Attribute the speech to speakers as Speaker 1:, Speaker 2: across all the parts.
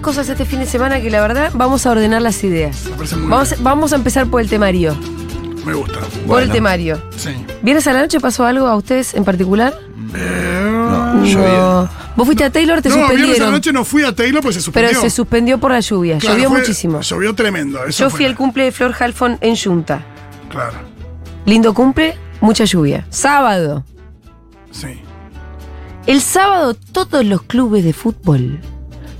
Speaker 1: cosas este fin de semana que la verdad vamos a ordenar las ideas.
Speaker 2: Me parece muy
Speaker 1: Vamos, vamos a empezar por el temario.
Speaker 2: bien. Me gusta.
Speaker 1: Por el
Speaker 3: Bueno.
Speaker 1: temario.
Speaker 2: Sí.
Speaker 1: ¿Viernes a la noche pasó algo a ustedes en particular?
Speaker 3: No, yo bien.
Speaker 1: Vos fuiste a Taylor, te
Speaker 2: no, viernes a la
Speaker 1: suspendieron.
Speaker 2: noche no fui a Taylor, pues se suspendió.
Speaker 1: Pero se suspendió por la lluvia.
Speaker 2: Claro,
Speaker 1: Llovió
Speaker 2: fue-
Speaker 1: muchísimo.
Speaker 2: Llovió tremendo. Eso
Speaker 1: Yo fui al cumple de Flor Halfon en Junta.
Speaker 2: al Claro,
Speaker 1: Lindo cumple, mucha lluvia. Sábado.
Speaker 2: sí.
Speaker 1: El sábado todos los clubes de fútbol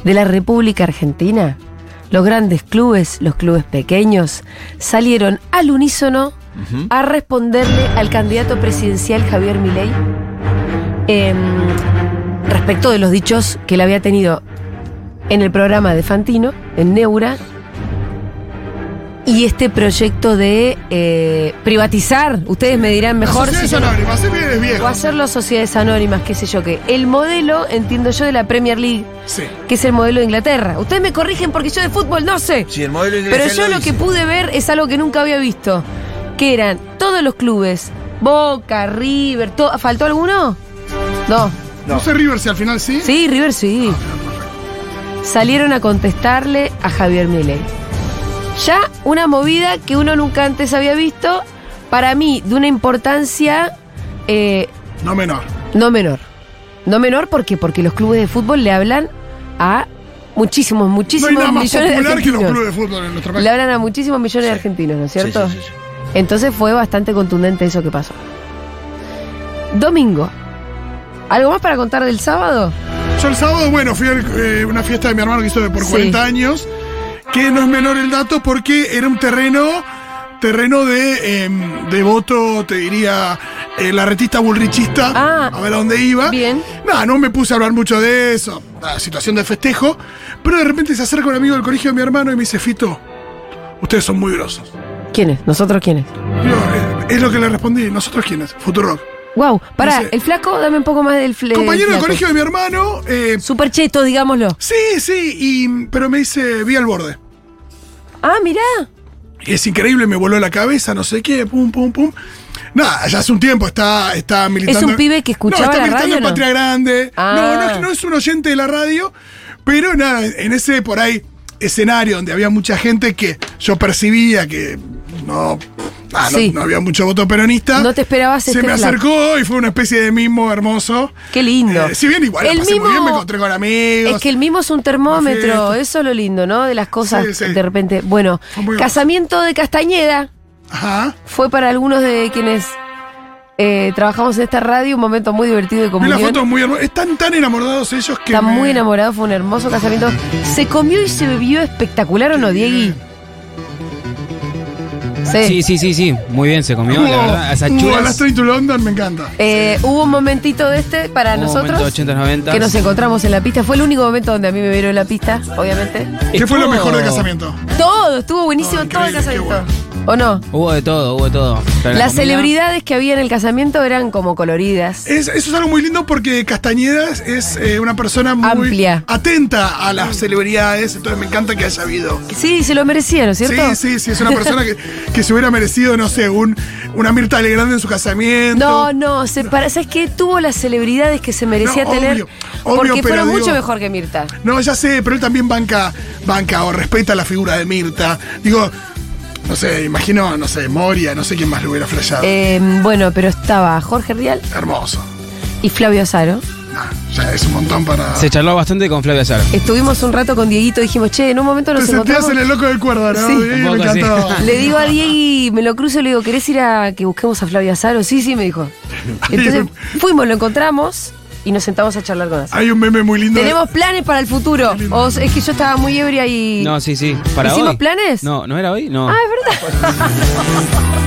Speaker 1: de la República Argentina, los grandes clubes, los clubes pequeños, salieron al unísono a responderle al candidato presidencial Javier Milei em, respecto de los dichos que le había tenido en el programa de Fantino, en Neura, y este proyecto de eh, privatizar, ustedes me dirán mejor
Speaker 2: Las
Speaker 1: si
Speaker 2: sociedades
Speaker 1: yo no-
Speaker 2: anónimas, ese bien es viejo.
Speaker 1: o hacerlo sociedades anónimas, qué sé yo qué. El modelo, entiendo yo, de la Premier League,
Speaker 2: Sí.
Speaker 1: que es el modelo de Inglaterra. Ustedes me corrigen porque yo de fútbol no sé.
Speaker 3: Sí, el modelo inglés
Speaker 1: Pero
Speaker 3: ya
Speaker 1: yo lo que
Speaker 3: dice.
Speaker 1: pude ver es algo que nunca había visto. Que eran todos los clubes. Boca, River, to- ¿faltó alguno? No.
Speaker 2: No. sé River si al final sí.
Speaker 1: Sí, River sí. Salieron a contestarle a Javier Milei. Ya una movida que uno nunca antes había visto, para mí de una importancia eh,
Speaker 2: No menor.
Speaker 1: no menor. No menor porque porque los clubes de fútbol le hablan a muchísimos,
Speaker 2: No hay
Speaker 1: muchísimos
Speaker 2: nada más
Speaker 1: millones de
Speaker 2: popular que los
Speaker 1: argentinos.
Speaker 2: clubes de fútbol en nuestro país.
Speaker 1: Le hablan a muchísimos millones de argentinos, ¿no es cierto?
Speaker 3: Sí, sí, sí, sí.
Speaker 1: Entonces fue bastante contundente eso que pasó. Domingo. ¿Algo más para contar del sábado?
Speaker 2: Yo el sábado, bueno, fui a eh, una fiesta de mi hermano que hizo de por
Speaker 1: Sí.
Speaker 2: 40 años, que no es menor el dato porque era un terreno, terreno de, em, de voto, te diría, eh, la retista bullrichista,
Speaker 1: Ah.
Speaker 2: a ver a dónde iba.
Speaker 1: Bien.
Speaker 2: Nada, no me puse a hablar mucho de eso, la situación de festejo, pero de repente se acerca un amigo del colegio de mi hermano y me dice, Fito, ustedes son muy grosos.
Speaker 1: ¿Quiénes? ¿Nosotros quiénes?
Speaker 2: Yo, eh, es lo que le respondí, ¿nosotros quiénes? Futurock.
Speaker 1: Wow, pará,
Speaker 2: No sé.
Speaker 1: el flaco, dame un poco más del fle.
Speaker 2: Compañero del
Speaker 1: flaco.
Speaker 2: colegio de mi hermano, eh,
Speaker 1: Super cheto, digámoslo.
Speaker 2: sí, sí, y, pero me dice, vi al borde.
Speaker 1: Ah, mirá.
Speaker 2: Es increíble, me voló la cabeza, no sé qué, pum, pum, pum. Nada, ya hace un tiempo está, está militando.
Speaker 1: ¿Es un pibe que escuchaba
Speaker 2: No, está
Speaker 1: la
Speaker 2: militando
Speaker 1: radio,
Speaker 2: en
Speaker 1: no?
Speaker 2: Patria Grande.
Speaker 1: Ah.
Speaker 2: No, no, es- no es un oyente de la radio, pero nada, en ese por ahí escenario donde había mucha gente que yo percibía que no, ah, no-
Speaker 1: Sí.
Speaker 2: no, había mucho voto peronista.
Speaker 1: No te esperabas
Speaker 2: Ah, Se
Speaker 1: este
Speaker 2: me
Speaker 1: flaco.
Speaker 2: acercó y fue una especie de mimo hermoso.
Speaker 1: Qué lindo.
Speaker 2: Eh, si bien igual, la
Speaker 1: El
Speaker 2: pasé muy
Speaker 1: mimo-
Speaker 2: bien, me encontré con amigos.
Speaker 1: Es que el mimo es un termómetro,
Speaker 2: Una fiesta.
Speaker 1: eso es lo lindo, ¿no? De las cosas
Speaker 2: Sí, sí.
Speaker 1: de repente. Bueno,
Speaker 2: Fue muy
Speaker 1: casamiento de Castañeda
Speaker 2: Ajá.
Speaker 1: fue para algunos de quienes eh, trabajamos en esta radio un momento muy divertido de
Speaker 2: Vi las
Speaker 1: comunión.
Speaker 2: fotos muy hermosas. Están tan enamorados ellos que.
Speaker 1: Están
Speaker 2: me-
Speaker 1: muy enamorados, fue un hermoso casamiento. Se comió y se bebió espectacular, ¿o no, Diegui? Sí.
Speaker 4: Sí, sí, sí, sí. Muy bien se comió,
Speaker 2: Hubo-
Speaker 4: la verdad. Esas
Speaker 2: hubo
Speaker 4: chulas.
Speaker 2: Last Train to London me encanta.
Speaker 1: Eh, Hubo un momentito de este para
Speaker 4: Hubo un
Speaker 1: nosotros.
Speaker 4: momento 80s, 90s.
Speaker 1: Que nos encontramos en la pista. Fue el único momento donde a mí me vieron en la pista, obviamente.
Speaker 2: ¿Qué fue lo
Speaker 4: Estuvo-
Speaker 2: mejor del casamiento?
Speaker 1: Todo, estuvo buenísimo
Speaker 2: No,
Speaker 1: todo el
Speaker 2: increíble,
Speaker 1: casamiento.
Speaker 2: qué
Speaker 1: ¿O no?
Speaker 4: Hubo de todo, hubo de todo. Pero la
Speaker 1: Las
Speaker 4: comida-
Speaker 1: celebridades que había en el casamiento eran como coloridas.
Speaker 2: Es- eso es algo muy lindo porque Castañedas es eh, una persona muy
Speaker 1: Amplia.
Speaker 2: atenta a las celebridades, entonces me encanta que haya habido.
Speaker 1: Sí, se lo merecían, ¿no es cierto?
Speaker 2: Sí, sí, sí, es una persona que, que se hubiera merecido, no sé, un, una Mirta Legrand en su casamiento.
Speaker 1: No, no, se para, ¿sabes qué? Tuvo las celebridades que se merecía
Speaker 2: No,
Speaker 1: tener
Speaker 2: obvio, obvio,
Speaker 1: porque
Speaker 2: pero
Speaker 1: fueron
Speaker 2: digo-
Speaker 1: mucho mejor que Mirta.
Speaker 2: No, ya sé, pero él también banca, banca o respeta la figura de Mirta. Digo, no sé, imagino, no sé, Moria, no sé quién más le hubiera flashado.
Speaker 1: Eh, bueno, pero estaba Jorge Rial
Speaker 2: Hermoso.
Speaker 1: y Flavio Azaro.
Speaker 2: Nah, ya es un montón para.
Speaker 4: Se charló bastante con Flavia Sara.
Speaker 1: Estuvimos un rato con Dieguito, dijimos, che, en un momento
Speaker 2: Te
Speaker 1: nos
Speaker 2: sentías
Speaker 1: encontramos.
Speaker 2: en el loco del cuerda, ¿no?
Speaker 1: Sí.
Speaker 2: Y me
Speaker 4: Un poco, sí.
Speaker 2: encantó.
Speaker 1: Le digo a Diegui, me lo cruzo y le digo, ¿querés ir a que busquemos a Flavio Azaro? Sí, sí, me dijo. Entonces fuimos, lo encontramos y nos sentamos a charlar con Azaro.
Speaker 2: Hay un meme muy lindo.
Speaker 1: Tenemos planes para el futuro. O es que yo estaba muy ebria y.
Speaker 4: No, sí, sí. Para
Speaker 1: Eh, ¿Hicimos
Speaker 4: hoy.
Speaker 1: planes?
Speaker 4: No, ¿no era hoy? No.
Speaker 1: Ah, es verdad.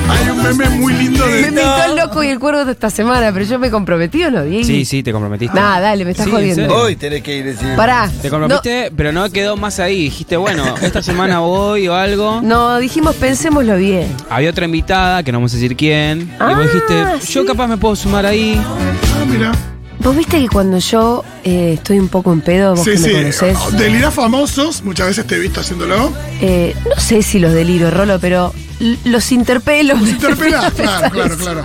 Speaker 2: Hay un meme muy lindo
Speaker 1: Me
Speaker 2: de.
Speaker 1: invitó el loco y el cuervo de esta semana, pero yo me comprometí o no, Diego.
Speaker 4: sí, sí, te comprometiste.
Speaker 1: Nah, dale, me estás
Speaker 4: Sí, en
Speaker 1: jodiendo.
Speaker 4: serio.
Speaker 3: Hoy tenés que ir encima.
Speaker 1: Pará.
Speaker 4: Te comprometiste, pero no quedó más ahí. Dijiste, bueno, esta semana voy o algo.
Speaker 1: No, no, dijimos, pensémoslo bien.
Speaker 4: Había otra invitada, que no vamos a decir quién. y
Speaker 1: Ah,
Speaker 4: vos dijiste, yo
Speaker 1: sí.
Speaker 4: capaz me puedo sumar ahí.
Speaker 2: Ah, mira.
Speaker 1: Vos viste que cuando yo eh, estoy un poco en pedo, vos
Speaker 2: Sí,
Speaker 1: que me
Speaker 2: sí.
Speaker 1: conocés,
Speaker 2: Delirás famosos, muchas veces te he visto haciéndolo.
Speaker 1: eh, no sé si los deliro, Rolo, pero l- los interpelo.
Speaker 2: Los interpelás,
Speaker 1: Me
Speaker 2: claro,
Speaker 1: sale
Speaker 2: claro,
Speaker 1: eso.
Speaker 2: claro.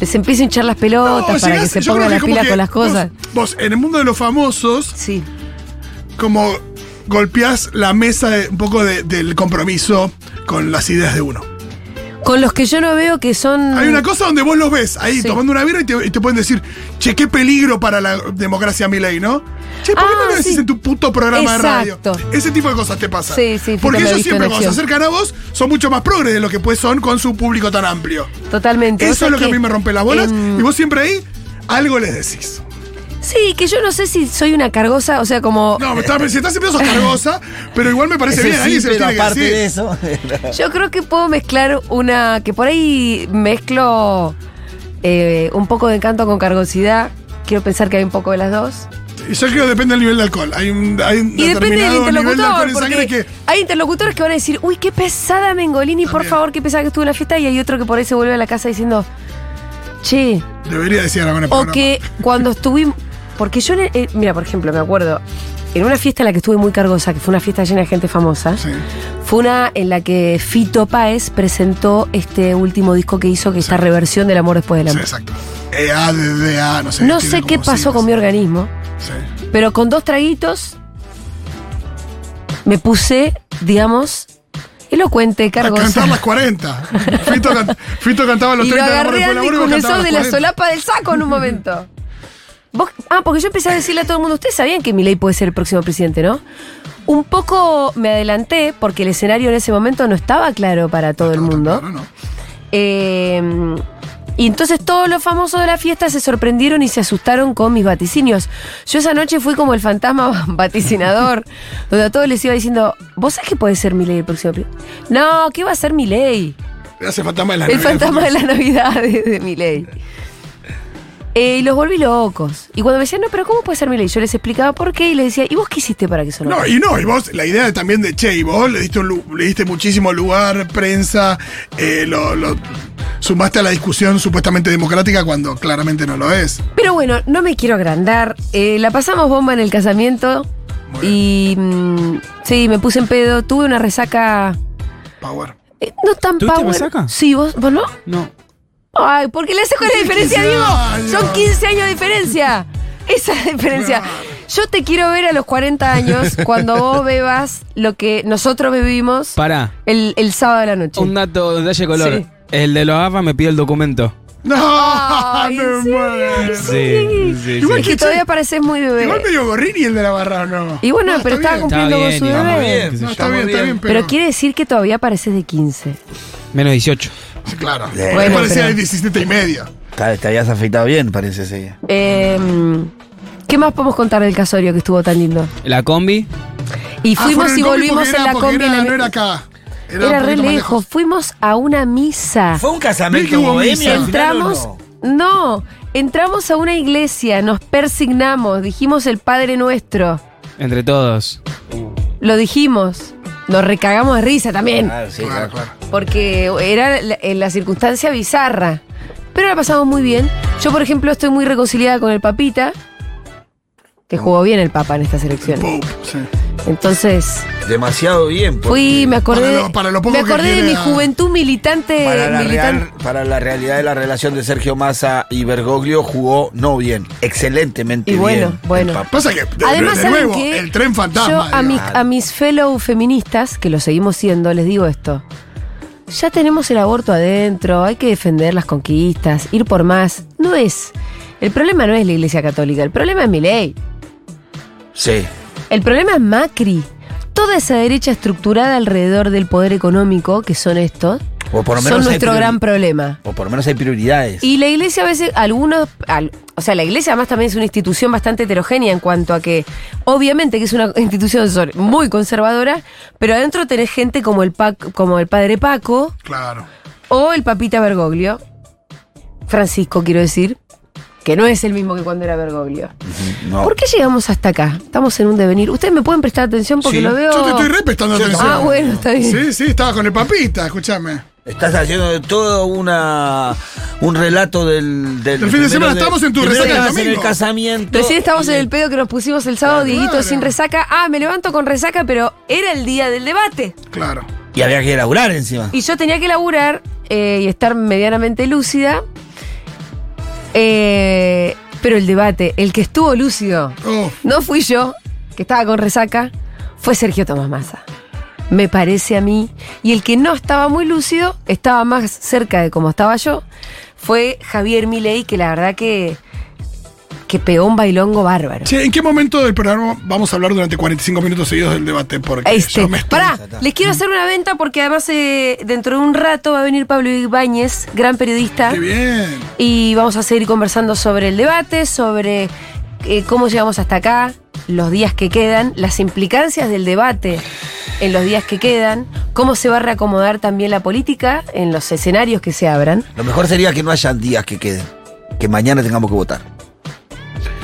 Speaker 1: Les empiezo a hinchar las
Speaker 2: No,
Speaker 1: pelotas para que
Speaker 2: llegás-
Speaker 1: se
Speaker 2: yo
Speaker 1: pongan
Speaker 2: creo que
Speaker 1: las
Speaker 2: como
Speaker 1: pilas
Speaker 2: que
Speaker 1: con las
Speaker 2: vos-
Speaker 1: cosas.
Speaker 2: Vos, en el mundo de los famosos,
Speaker 1: Sí.
Speaker 2: como golpeás la mesa de- un poco de- del compromiso con las ideas de uno.
Speaker 1: Con los que yo no veo que son.
Speaker 2: Hay una cosa donde vos los ves ahí
Speaker 1: Sí.
Speaker 2: tomando una birra y te, y te pueden decir, che, qué peligro para la democracia, Milei, ¿no? Che, ¿por qué
Speaker 1: Ah,
Speaker 2: no lo decís
Speaker 1: sí.
Speaker 2: en tu puto programa de
Speaker 1: Exacto.
Speaker 2: radio? Ese tipo de cosas te pasan.
Speaker 1: Sí, sí, fíjate,
Speaker 2: Porque
Speaker 1: lo he
Speaker 2: ellos
Speaker 1: visto
Speaker 2: siempre
Speaker 1: en
Speaker 2: cuando se
Speaker 1: acción.
Speaker 2: acercan a vos son mucho más progres de lo que pues son con su público tan amplio.
Speaker 1: Totalmente. O
Speaker 2: Eso
Speaker 1: sea
Speaker 2: es lo que, a mí me rompe las bolas
Speaker 1: em,
Speaker 2: y vos siempre ahí algo les decís.
Speaker 1: Sí, que yo no sé si soy una cargosa, o sea, como.
Speaker 2: No, me estás, si estás siempre sos cargosa, pero igual me parece
Speaker 3: Eso
Speaker 2: bien, alguien
Speaker 3: sí,
Speaker 2: se lo
Speaker 3: pero
Speaker 2: tiene que
Speaker 3: aparte
Speaker 2: decir.
Speaker 3: de eso.
Speaker 1: Yo creo que puedo mezclar una. que por ahí mezclo eh, un poco de encanto con cargosidad. Quiero pensar que hay un poco de las dos.
Speaker 2: Y Yo creo que depende del nivel de alcohol. Hay un, hay un
Speaker 1: Y depende del
Speaker 2: determinado nivel de alcohol
Speaker 1: interlocutor.
Speaker 2: en
Speaker 1: Porque
Speaker 2: sangre que.
Speaker 1: Hay interlocutores que van a decir, uy, qué pesada Mengolini, por
Speaker 2: También.
Speaker 1: favor, qué pesada que estuvo en la fiesta. Y hay otro que por ahí se vuelve a la casa diciendo, che,
Speaker 2: Debería decir algo en
Speaker 1: o
Speaker 2: el programa.
Speaker 1: que cuando estuvimos. Porque yo, en el- eh, mira, por ejemplo, me acuerdo, en una fiesta en la que estuve muy cargosa, que fue una fiesta llena de gente famosa,
Speaker 2: Sí.
Speaker 1: fue una en la que Fito Páez presentó este último disco que hizo, que esta reversión del amor después del
Speaker 2: Sí,
Speaker 1: amor.
Speaker 2: exacto. E EA, DDA, no sé.
Speaker 1: no
Speaker 2: tiene
Speaker 1: sé qué
Speaker 2: como
Speaker 1: pasó
Speaker 2: siglas.
Speaker 1: con mi organismo.
Speaker 2: Sí.
Speaker 1: Pero con dos traguitos me puse, digamos, elocuente,
Speaker 2: A cantar las
Speaker 1: cargosa.
Speaker 2: 40. Fito, can- Fito cantaba los
Speaker 1: Y
Speaker 2: pues,
Speaker 1: lo
Speaker 2: 30 de amor
Speaker 1: agarré
Speaker 2: después del
Speaker 1: al
Speaker 2: amor y vos
Speaker 1: difusor
Speaker 2: cantabas
Speaker 1: de
Speaker 2: las
Speaker 1: la
Speaker 2: 40.
Speaker 1: solapa del saco en un momento. Vos- ah, porque yo empecé a decirle a todo el mundo, ustedes sabían que mi ley puede ser el próximo presidente, ¿no? Un poco me adelanté porque el escenario en ese momento no estaba claro para todo el mundo.
Speaker 2: Claro, no.
Speaker 1: Eh, y entonces todos los famosos de la fiesta se sorprendieron y se asustaron con mis vaticinios. Yo esa noche fui como el fantasma vaticinador, donde a todos les iba diciendo, ¿vos sabés que puede ser mi ley el próximo pri-?" No, ¿qué va a ser mi ley?
Speaker 2: Le hace fantasma de la pues.
Speaker 1: el fantasma de la Navidad de, mi ley. Eh, y los volví locos. Y cuando me decían, no, pero ¿cómo puede ser mi ley? Yo les explicaba por qué y les decía, ¿y vos qué hiciste para que eso no
Speaker 2: No,
Speaker 1: pase?"
Speaker 2: y no, y vos, la idea también de Che, y vos le diste, un lu- le diste muchísimo lugar, prensa, eh, lo, lo sumaste a la discusión supuestamente democrática cuando claramente no lo es.
Speaker 1: Pero bueno, no me quiero agrandar. Eh, la pasamos bomba en el casamiento.
Speaker 2: Muy
Speaker 1: Y mm, sí, me puse en pedo. Tuve una resaca.
Speaker 2: Power.
Speaker 1: eh, no tan
Speaker 4: ¿Tuviste
Speaker 1: power.
Speaker 4: resaca?
Speaker 1: Sí, vos, vos no.
Speaker 4: No.
Speaker 1: Ay, porque le haces con la diferencia,
Speaker 2: 15
Speaker 1: Diego.
Speaker 2: años.
Speaker 1: Son 15 años de diferencia. Esa es la diferencia.
Speaker 2: Claro.
Speaker 1: Yo te quiero ver a los 40 años cuando vos bebas lo que nosotros bebimos
Speaker 4: Pará.
Speaker 1: el, el sábado de la noche.
Speaker 4: Un dato, un detalle de color.
Speaker 1: Sí.
Speaker 4: El de los AFA me pidió el documento.
Speaker 2: No,
Speaker 1: Ay,
Speaker 2: me
Speaker 1: Ah, ¿en
Speaker 2: muero.
Speaker 1: Sí,
Speaker 4: sí,
Speaker 1: Es que todavía pareces muy bebé.
Speaker 2: Igual medio gorrini el de la barra, ¿o no?
Speaker 1: Y bueno,
Speaker 2: No,
Speaker 1: pero
Speaker 2: está
Speaker 1: estaba
Speaker 2: bien.
Speaker 1: cumpliendo con su
Speaker 4: Está
Speaker 1: bebé.
Speaker 4: bien,
Speaker 2: No,
Speaker 4: digamos,
Speaker 2: está
Speaker 4: qué sé
Speaker 2: bien,
Speaker 4: yo.
Speaker 2: está bien,
Speaker 1: Pero,
Speaker 2: pero.
Speaker 1: quiere decir que todavía pareces de 15.
Speaker 4: Menos 18.
Speaker 2: Pues Claro.
Speaker 1: Bueno,
Speaker 2: me parecía
Speaker 1: pero-
Speaker 2: de 17 y media.
Speaker 3: Claro, te habías afeitado bien, parece ese
Speaker 1: Eh, ¿Qué más podemos contar del casorio que estuvo tan lindo?
Speaker 4: La combi.
Speaker 1: Y
Speaker 2: Ah,
Speaker 1: fuimos
Speaker 2: fueron
Speaker 1: y
Speaker 2: combi
Speaker 1: volvimos
Speaker 2: porque
Speaker 1: en
Speaker 2: era-
Speaker 1: la
Speaker 2: porque
Speaker 1: combi.
Speaker 2: Era,
Speaker 1: en la-
Speaker 2: no era acá.
Speaker 1: Era
Speaker 2: Era, un
Speaker 1: re
Speaker 2: poquito más
Speaker 1: lejos. fuimos a una misa.
Speaker 3: ¿Fue un
Speaker 2: Ven que
Speaker 3: casamento
Speaker 2: hubo
Speaker 3: bohemio?
Speaker 2: misa.
Speaker 3: al final, o
Speaker 1: Entramos, no, entramos a una iglesia, nos persignamos, dijimos el Padre Nuestro,
Speaker 4: Entre todos.
Speaker 1: lo dijimos, nos recagamos de risa
Speaker 3: no?
Speaker 1: también,
Speaker 3: Claro, Ah, sí,
Speaker 2: Claro,
Speaker 3: claro.
Speaker 2: claro.
Speaker 1: porque era la, en la circunstancia bizarra, pero la pasamos muy bien. Yo, por ejemplo, estoy muy reconciliada con el Papita, que jugó bien el Papa en estas elecciones.
Speaker 2: Pum, sí.
Speaker 1: Entonces,
Speaker 3: Demasiado bien. porque
Speaker 1: fui, me acordé,
Speaker 2: Para lo- para lo poco
Speaker 1: me
Speaker 2: que
Speaker 1: acordé de
Speaker 2: quiere
Speaker 1: mi
Speaker 2: a-
Speaker 1: juventud militante.
Speaker 3: Para la,
Speaker 1: militante.
Speaker 3: real- para la realidad de la relación de Sergio Massa y Bergoglio jugó no bien, excelentemente
Speaker 1: Y bueno,
Speaker 3: bien.
Speaker 1: bueno.
Speaker 3: el papá.
Speaker 2: Pasa que, de,
Speaker 1: Además,
Speaker 2: de
Speaker 1: ¿saben
Speaker 2: nuevo,
Speaker 1: qué?
Speaker 2: el tren fantasma.
Speaker 1: Yo a,
Speaker 2: digo.
Speaker 1: mis- a mis fellow feministas, que lo seguimos siendo, les digo esto. Ya tenemos el aborto adentro, hay que defender las conquistas, ir por más. No es. El problema no es la Iglesia Católica, el problema es mi ley.
Speaker 3: Sí.
Speaker 1: El problema es Macri. Toda esa derecha estructurada alrededor del poder económico, que son estos,
Speaker 3: O por lo menos
Speaker 1: son
Speaker 3: hay
Speaker 1: nuestro
Speaker 3: priori-
Speaker 1: gran problema.
Speaker 3: O por lo menos hay prioridades.
Speaker 1: Y la iglesia a veces, algunos, al- o sea, la iglesia además también es una institución bastante heterogénea en cuanto a que, obviamente que es una institución sobre- muy conservadora, pero adentro tenés gente como el, Pac- como el padre Paco
Speaker 2: Claro.
Speaker 1: o el papita Bergoglio, Francisco quiero decir, que no es el mismo que cuando era Bergoglio.
Speaker 3: No.
Speaker 1: ¿Por qué llegamos hasta acá? Estamos en un devenir. Ustedes me pueden prestar atención porque
Speaker 3: Sí.
Speaker 1: lo veo...
Speaker 2: Yo te estoy re prestando atención.
Speaker 1: ah, bueno, está bien.
Speaker 2: Sí, sí, estaba con el papita, escúchame.
Speaker 3: Estás haciendo de todo una un relato del del
Speaker 2: El fin de
Speaker 3: primero
Speaker 2: semana estamos en tu
Speaker 3: primero
Speaker 2: resaca del
Speaker 3: estabas en el
Speaker 2: domingo.
Speaker 3: casamiento.
Speaker 1: Recién estábamos
Speaker 3: y
Speaker 1: en el pedo que nos pusimos el sábado, Dieguito
Speaker 2: claro.
Speaker 1: sin resaca. Ah, me levanto con resaca, pero era el día del debate.
Speaker 2: Claro.
Speaker 3: y había que laburar encima.
Speaker 1: Y yo tenía que laburar eh, y estar medianamente lúcida. Eh, pero el debate, el que estuvo lúcido,
Speaker 2: Oh,
Speaker 1: no fui yo, que estaba con resaca, fue Sergio Tomás Massa. Me parece a mí. Y el que no estaba muy lúcido, estaba más cerca de como estaba yo, fue Javier Milei, que la verdad que, que pegó un bailongo bárbaro.
Speaker 2: Che, ¿en qué momento del programa vamos a hablar durante 45 minutos seguidos del debate? Porque
Speaker 1: Este,
Speaker 2: yo me estoy-
Speaker 1: pará, les quiero hacer una venta porque además eh, dentro de un rato va a venir Pablo Ibáñez, gran periodista.
Speaker 2: Qué bien.
Speaker 1: Y vamos a seguir conversando sobre el debate, sobre eh, cómo llegamos hasta acá, los días que quedan, las implicancias del debate en los días que quedan, cómo se va a reacomodar también la política en los escenarios que se abran.
Speaker 3: Lo mejor sería que no hayan días que queden. Que mañana tengamos que votar.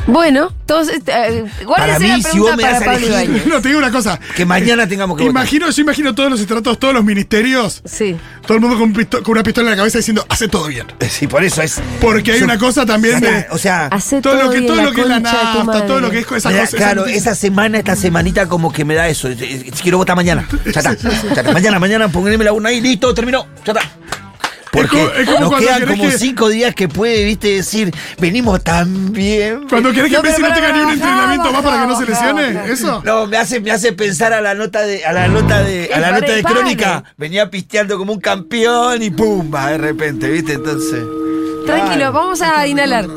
Speaker 1: Bueno, entonces, eh,
Speaker 3: Para
Speaker 1: guárdense
Speaker 3: mí,
Speaker 1: la
Speaker 3: si
Speaker 1: pregunta
Speaker 3: vos me
Speaker 1: para
Speaker 3: das a
Speaker 1: Pablo
Speaker 3: elegir-
Speaker 1: Ibáñez.
Speaker 2: No, te digo una cosa. Eh,
Speaker 3: Que mañana tengamos que
Speaker 2: Imagino, yo imagino todos los estratos, todos los ministerios,
Speaker 1: Sí.
Speaker 2: todo el mundo con, pisto- con una pistola en la cabeza diciendo, hace todo bien.
Speaker 3: votar. Sí, por eso es.
Speaker 2: Porque hay
Speaker 3: Yo-
Speaker 2: una cosa
Speaker 3: o
Speaker 2: también
Speaker 3: sea,
Speaker 2: de...
Speaker 3: O sea,
Speaker 1: Hace
Speaker 2: Ah, Todo lo que,
Speaker 1: bien
Speaker 2: todo lo que es la
Speaker 1: concha de tu
Speaker 2: nafta,
Speaker 1: madre.
Speaker 2: todo lo que es esas
Speaker 3: me da-
Speaker 2: cosas.
Speaker 3: claro,
Speaker 2: esas-
Speaker 3: esa semana, esta semanita como que me da eso. Eh, eh, Quiero votar mañana. Ya está. ya está. Mañana, mañana, poneme la urna ahí, listo, terminó. Ya está. Porque
Speaker 2: como- es como
Speaker 3: nos
Speaker 2: cuando
Speaker 3: quedan
Speaker 2: querés
Speaker 3: como
Speaker 2: que-
Speaker 3: cinco días que puede, viste, decir, venimos tan bien.
Speaker 2: Cuando querés que
Speaker 1: No, pero
Speaker 2: Messi no
Speaker 1: pará,
Speaker 2: tenga ni un
Speaker 1: pará,
Speaker 2: entrenamiento más para que no se
Speaker 1: pará,
Speaker 2: lesione,
Speaker 1: pará.
Speaker 2: ¿eso?
Speaker 3: No, me hace, me hace pensar a la nota de, a la nota de, a
Speaker 1: Eh,
Speaker 3: la
Speaker 1: pare,
Speaker 3: nota de
Speaker 1: pare.
Speaker 3: crónica. Venía pisteando como un campeón y pumba, de repente, ¿viste? Entonces.
Speaker 1: Tranquilo,
Speaker 3: Claro.
Speaker 1: vamos a inhalar.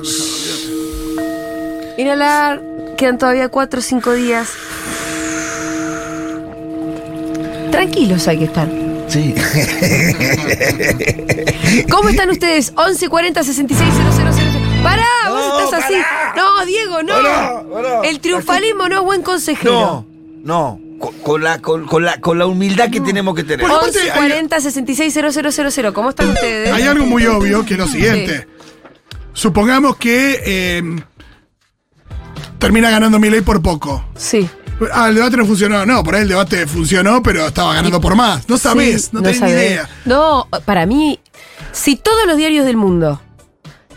Speaker 1: Inhalar, quedan todavía 4 o 5 días. Tranquilos hay que estar.
Speaker 3: Sí.
Speaker 1: ¿Cómo están ustedes? 11 40 66 000. Pará, vos
Speaker 3: No,
Speaker 1: estás así.
Speaker 3: pará.
Speaker 1: No, Diego, no.
Speaker 3: Pará, pará.
Speaker 1: El triunfalismo no es buen consejero.
Speaker 3: No, no. Con, con la, con, con la, con la humildad que tenemos que tener.
Speaker 2: Bueno, aparte
Speaker 1: 11
Speaker 2: hay-
Speaker 1: 40 66 000. ¿Cómo están ustedes?
Speaker 2: Hay algo muy obvio que es lo siguiente. Supongamos que eh, termina ganando Milei por poco.
Speaker 1: Sí.
Speaker 2: Ah, el debate no funcionó. No, por ahí el debate funcionó, pero estaba ganando por más. No sabés,
Speaker 1: Sí,
Speaker 2: no, tenés ni
Speaker 1: sabés.
Speaker 2: idea.
Speaker 1: No, para mí, si todos los diarios del mundo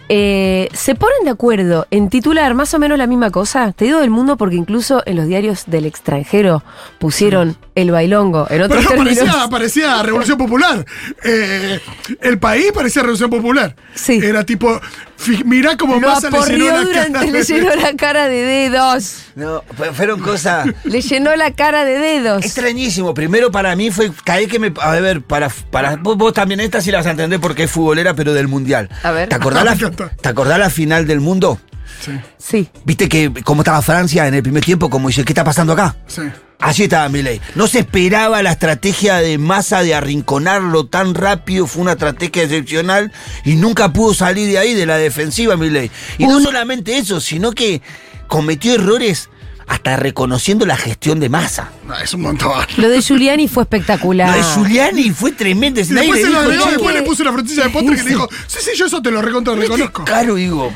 Speaker 1: eh, se ponen de acuerdo en titular más o menos la misma cosa, te digo del mundo porque incluso en los diarios del extranjero pusieron el bailongo en
Speaker 2: Pero
Speaker 1: otros términos.
Speaker 2: parecía, parecía Revolución Popular. Eh, el país parecía Revolución Popular.
Speaker 1: Sí.
Speaker 2: Era tipo, fi- mirá cómo
Speaker 1: Lo
Speaker 2: pasa le llenó
Speaker 1: aporrió
Speaker 2: la cara
Speaker 1: durante,
Speaker 2: de-
Speaker 1: le llenó la cara de dedos.
Speaker 3: No, fue- fueron cosas.
Speaker 1: Le llenó la cara de dedos.
Speaker 3: Extrañísimo. Primero para mí fue caí que me. A ver, para, para vos, vos también esta sí la vas a entender porque es futbolera, pero del mundial.
Speaker 1: A ver.
Speaker 3: ¿Te acordás, la,
Speaker 2: Me encanta.
Speaker 3: ¿Te acordás la final del mundo?
Speaker 2: Sí,
Speaker 1: Sí.
Speaker 3: Viste que como estaba Francia en el primer tiempo, como dice, ¿qué está pasando acá?
Speaker 2: sí.
Speaker 3: Así estaba Milei. No se esperaba la estrategia de masa de arrinconarlo tan rápido, fue una estrategia excepcional y nunca pudo salir de ahí, de la defensiva Milei. Y no solamente eso, sino que cometió errores hasta reconociendo la gestión de masa.
Speaker 2: No, es un montón.
Speaker 1: Lo de Giuliani fue espectacular.
Speaker 3: Lo de Giuliani fue tremendo.
Speaker 2: Y después
Speaker 3: Nadie
Speaker 2: se
Speaker 3: le
Speaker 2: lo
Speaker 3: dijo,
Speaker 2: agregó,
Speaker 1: che,
Speaker 2: después
Speaker 1: que-
Speaker 2: le puso una frutilla de postre que le dijo, sí, sí, yo eso te lo recontra
Speaker 3: "Viste,
Speaker 2: reconozco.
Speaker 3: Claro, este digo.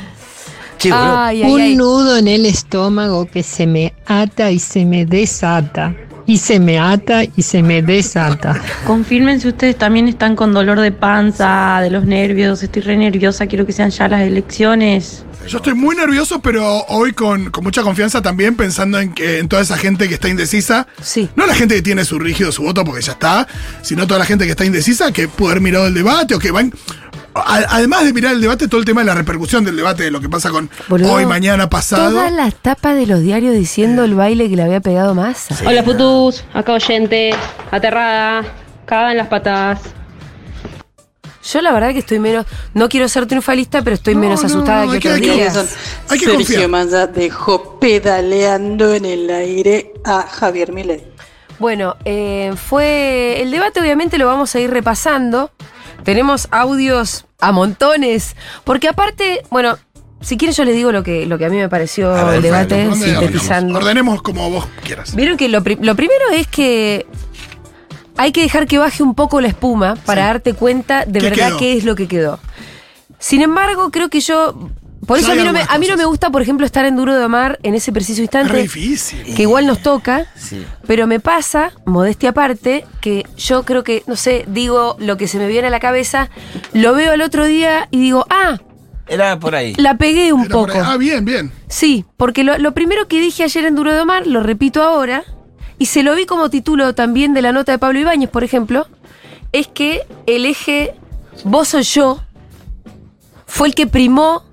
Speaker 3: Che, boludo.
Speaker 1: Ay, ay, ay.
Speaker 5: Un nudo en el estómago que se me ata y se me desata. Y se me ata y se me desata.
Speaker 6: Confirmen si ustedes también están con dolor de panza, de los nervios. Estoy re nerviosa, quiero que sean ya las elecciones.
Speaker 2: Yo estoy muy nervioso, pero hoy con, con mucha confianza también, pensando en, que, en toda esa gente que está indecisa.
Speaker 1: Sí.
Speaker 2: No la gente que tiene su rígido, su voto, porque ya está, sino toda la gente que está indecisa, que pudo haber mirado el debate o que van... a- además de mirar el debate, todo el tema de la repercusión del debate, de lo que pasa con
Speaker 1: Boludo,
Speaker 2: hoy, mañana, pasado.
Speaker 1: Todas las tapas de los diarios diciendo el baile que le había pegado Massa.
Speaker 7: Hola putus, acá oyente, aterrada, cagada en las patas.
Speaker 1: Yo la verdad que estoy menos, no quiero ser triunfalista, pero estoy
Speaker 2: No,
Speaker 1: menos
Speaker 2: no,
Speaker 1: asustada
Speaker 2: no,
Speaker 1: que
Speaker 2: hay que-
Speaker 1: otros
Speaker 2: hay que-
Speaker 1: días.
Speaker 8: Son-
Speaker 2: Hay que
Speaker 8: Sergio
Speaker 2: confiar.
Speaker 8: Massa dejó pedaleando en el aire a Javier Milei.
Speaker 1: Bueno, eh, fue el debate obviamente lo vamos a ir repasando. Tenemos audios a montones, porque aparte, bueno, si quieren yo les digo lo que, lo que a mí me pareció
Speaker 3: A ver,
Speaker 1: el debate,
Speaker 2: ¿Dónde arrancamos?
Speaker 1: sintetizando.
Speaker 2: Ordenemos como vos quieras.
Speaker 1: Vieron que lo, pri- lo primero es que hay que dejar que baje un poco la espuma para darte cuenta de
Speaker 2: ¿Qué
Speaker 1: verdad
Speaker 2: quedó?
Speaker 1: qué es lo que quedó. Sin embargo, creo que yo... Por
Speaker 2: Ya
Speaker 1: eso a
Speaker 2: hay
Speaker 1: mí, no me,
Speaker 2: algunas
Speaker 1: a mí no
Speaker 2: cosas.
Speaker 1: me gusta, por ejemplo, estar en Duro de Amar en ese preciso
Speaker 2: Es re
Speaker 1: instante,
Speaker 2: difícil.
Speaker 1: que igual nos toca,
Speaker 3: Sí.
Speaker 1: pero me pasa, modestia aparte, que yo creo que, no sé, digo lo que se me viene a la cabeza, lo veo al otro día y digo, ah,
Speaker 3: Era por ahí.
Speaker 1: la pegué un
Speaker 2: Era por
Speaker 1: poco.
Speaker 2: ahí. Ah, bien, bien.
Speaker 1: Sí, porque lo, lo primero que dije ayer en Duro de Omar, lo repito ahora, y se lo vi como título también de la nota de Pablo Ibáñez, por ejemplo, es que el eje vos o yo fue el que primó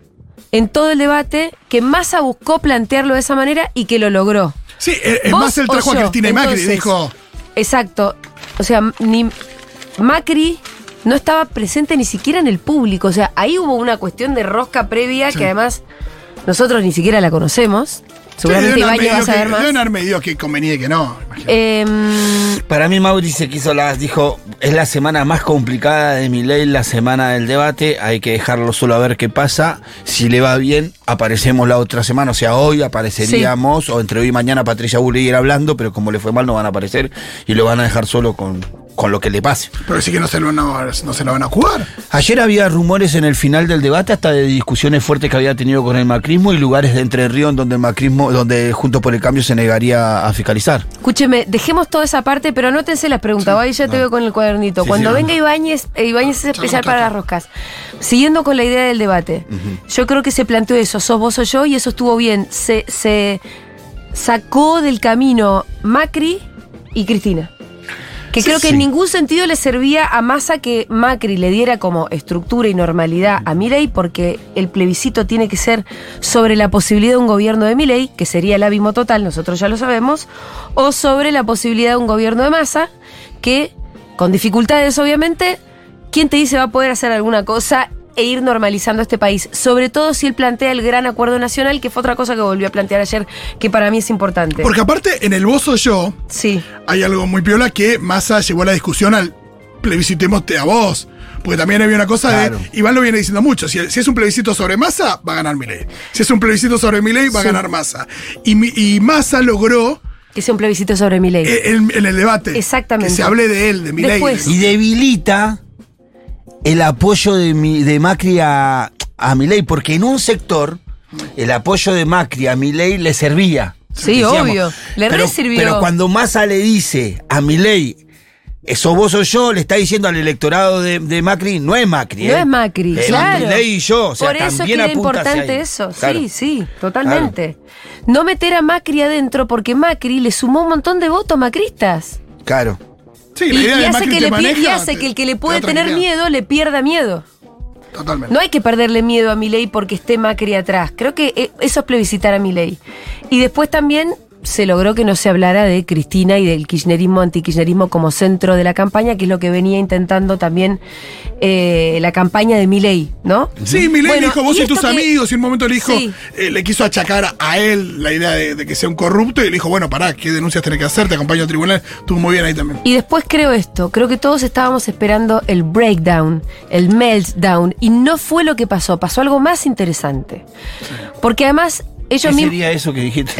Speaker 1: en todo el debate, que Massa buscó plantearlo de esa manera y que lo logró.
Speaker 2: Sí, eh, es
Speaker 1: ¿Vos
Speaker 2: más el
Speaker 1: o
Speaker 2: trajo a
Speaker 1: yo?
Speaker 2: Cristina y Macri,
Speaker 1: Entonces,
Speaker 2: dijo.
Speaker 1: Exacto. O sea, ni Macri no estaba presente ni siquiera en el público. O sea, ahí hubo una cuestión de rosca previa
Speaker 2: Sí.
Speaker 1: que además nosotros ni siquiera la conocemos. Seguramente
Speaker 2: Sí, deben haber
Speaker 1: Ibañez va a
Speaker 2: medido que-
Speaker 1: saber más.
Speaker 2: deben haber medido que convenía y que no. imagino.
Speaker 1: Em,
Speaker 3: Para mí Mauri se quiso las dijo, es la semana más complicada de mi ley, la semana del debate, hay que dejarlo solo a ver qué pasa, si le va bien aparecemos la otra semana, o sea, hoy apareceríamos o entre hoy y mañana Patricia Bulley irá hablando, pero como le fue mal no van a aparecer y lo van a dejar solo con, con lo que le pase.
Speaker 2: Pero sí que no se, lo, no, no se lo van a jugar.
Speaker 3: Ayer había rumores en el final del debate hasta de discusiones fuertes que había tenido con el macrismo y lugares de Entre Ríos en donde el macrismo, donde Juntos por el Cambio se negaría a fiscalizar.
Speaker 1: Escúcheme, dejemos toda esa parte, pero anótense las preguntas. Ahí ya te veo con el cuadernito.
Speaker 3: Ah. Sí,
Speaker 1: Cuando
Speaker 3: sí, ah.
Speaker 1: venga Ibáñez, eh, Ibáñez es especial para las roscas. Siguiendo con la idea del debate, yo creo que se planteó eso, sos vos o yo, y eso estuvo bien. Se, se sacó del camino Macri y Cristina. Que creo que en ningún sentido le servía a Massa que Macri le diera como estructura y normalidad a Milei, porque el plebiscito tiene que ser sobre la posibilidad de un gobierno de Milei, que sería el abismo total, nosotros ya lo sabemos, o sobre la posibilidad de un gobierno de Massa, que con dificultades obviamente, ¿quién te dice va a poder hacer alguna cosa? e ir normalizando este país, sobre todo si él plantea el gran acuerdo nacional, que fue otra cosa que volvió a plantear ayer, que para mí es importante.
Speaker 2: Porque aparte, en el Bozo Yo
Speaker 1: Sí.
Speaker 2: hay algo muy piola que Massa llevó la discusión al plebiscitemos a vos. Porque también había una cosa
Speaker 3: Claro.
Speaker 2: de. Iván lo viene diciendo mucho. Si, si es un plebiscito sobre Massa, va a ganar Milei. Si es un plebiscito sobre Milei, va a ganar Massa. Y, mi- y Massa logró
Speaker 1: Que sea un plebiscito sobre mi ley.
Speaker 2: eh, en, en el debate.
Speaker 1: Exactamente.
Speaker 2: Que se hable de él, de Milei.
Speaker 1: Después.
Speaker 3: Y debilita el apoyo de, mi- de Macri a, a Milei, porque en un sector el apoyo de Macri a Milei le servía.
Speaker 1: Sí, obvio. Le
Speaker 3: pero,
Speaker 1: resirvió.
Speaker 3: Pero cuando Massa le dice a Milei, eso vos o yo, le está diciendo al electorado de, de Macri, no es Macri.
Speaker 1: No
Speaker 3: ¿eh?
Speaker 1: es Macri,
Speaker 3: Es
Speaker 1: claro.
Speaker 3: Milei y yo. O sea,
Speaker 1: Por eso que
Speaker 3: también
Speaker 1: era
Speaker 3: apunta hacia
Speaker 1: importante
Speaker 3: ahí.
Speaker 1: eso.
Speaker 3: Claro.
Speaker 1: Sí, sí, totalmente. No meter a Macri adentro porque Macri le sumó un montón de votos macristas.
Speaker 3: Claro.
Speaker 2: Sí,
Speaker 1: Y,
Speaker 2: la idea
Speaker 1: y
Speaker 2: de
Speaker 1: hace,
Speaker 2: Macri
Speaker 1: que
Speaker 2: te
Speaker 1: le, pi-
Speaker 2: maneja,
Speaker 1: y hace
Speaker 2: te-
Speaker 1: que el que le
Speaker 2: te
Speaker 1: puede
Speaker 2: da
Speaker 1: tener
Speaker 2: tranquilidad.
Speaker 1: miedo le pierda miedo.
Speaker 2: Totalmente.
Speaker 1: No hay que perderle miedo a Milei porque esté Macri atrás. Creo que eh, eso es plebiscitar a Milei. Y después también se logró que no se hablara de Cristina y del kirchnerismo, antikirchnerismo como centro de la campaña, que es lo que venía intentando también eh, la campaña de Milei, ¿no?
Speaker 2: Sí, Milei
Speaker 1: Bueno,
Speaker 2: dijo vos
Speaker 1: y
Speaker 2: y tus
Speaker 1: esto que-
Speaker 2: amigos, y en un momento le dijo,
Speaker 1: Sí.
Speaker 2: eh, le quiso achacar a él la idea de, de que sea un corrupto, y le dijo, bueno, pará, ¿qué denuncias tenés que hacer? Te acompaño al tribunal, estuvo muy bien ahí también.
Speaker 1: Y después creo esto, creo que todos estábamos esperando el breakdown, el meltdown, y no fue lo que pasó, pasó algo más interesante. Porque además
Speaker 3: ¿Qué
Speaker 1: ellos mismos...
Speaker 3: sería eso que dijiste?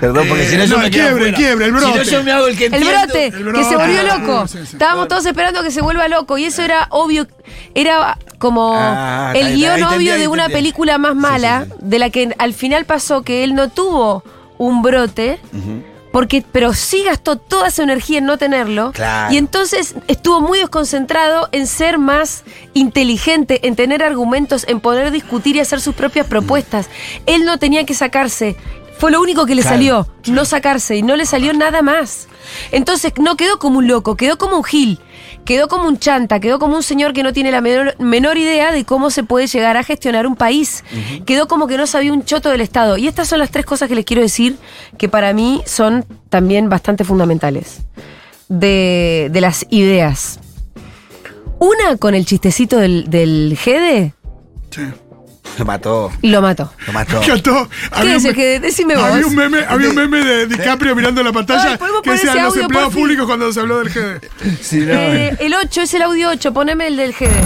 Speaker 3: Perdón, porque
Speaker 2: Eh,
Speaker 3: si no yo
Speaker 2: no,
Speaker 3: me quedo
Speaker 2: quiebre,
Speaker 3: afuera.
Speaker 2: quiebre, el
Speaker 3: Si no
Speaker 2: brote.
Speaker 3: yo me hago el que
Speaker 1: El
Speaker 3: entiendo.
Speaker 1: brote,
Speaker 2: el brote.
Speaker 1: que se volvió
Speaker 2: Ah,
Speaker 1: loco.
Speaker 2: sí, sí, sí.
Speaker 1: Estábamos todos esperando que se vuelva loco y eso era obvio, era como
Speaker 3: Ah,
Speaker 1: el
Speaker 3: ahí,
Speaker 1: guión
Speaker 3: ahí
Speaker 1: obvio
Speaker 3: entendí, ahí
Speaker 1: de una
Speaker 3: entendí.
Speaker 1: película más mala, de la que al final pasó que él no tuvo un brote. Porque, pero sí gastó toda su energía en no tenerlo.
Speaker 3: Claro.
Speaker 1: Y entonces estuvo muy desconcentrado en ser más inteligente, en tener argumentos, en poder discutir y hacer sus propias propuestas. Él no tenía que sacarse. Fue lo único que le
Speaker 3: Claro.
Speaker 1: salió, no sacarse, y no le salió nada más. Entonces no quedó como un loco, quedó como un gil, quedó como un chanta, quedó como un señor que no tiene la menor, menor idea de cómo se puede llegar a gestionar un país. Quedó como que no sabía un choto del Estado. Y estas son las tres cosas que les quiero decir que para mí son también bastante fundamentales de, de las ideas. Una con el chistecito del, del Gede,
Speaker 2: Sí.
Speaker 3: Lo mató,
Speaker 1: lo mató.
Speaker 3: lo mató.
Speaker 2: Me encantó.
Speaker 1: ¿Qué
Speaker 2: Había
Speaker 1: es
Speaker 2: un
Speaker 1: el
Speaker 2: me-
Speaker 1: Gede? Decime vos.
Speaker 2: había un meme, había un meme de DiCaprio mirando la pantalla
Speaker 1: Ay, ¿podemos
Speaker 2: que
Speaker 1: poner
Speaker 2: decía
Speaker 1: ese
Speaker 2: los
Speaker 1: audio,
Speaker 2: empleados
Speaker 1: porfi?
Speaker 2: públicos cuando se habló del GD.
Speaker 3: Si no-
Speaker 1: Eh, el 8, es el audio 8, poneme el del Gede.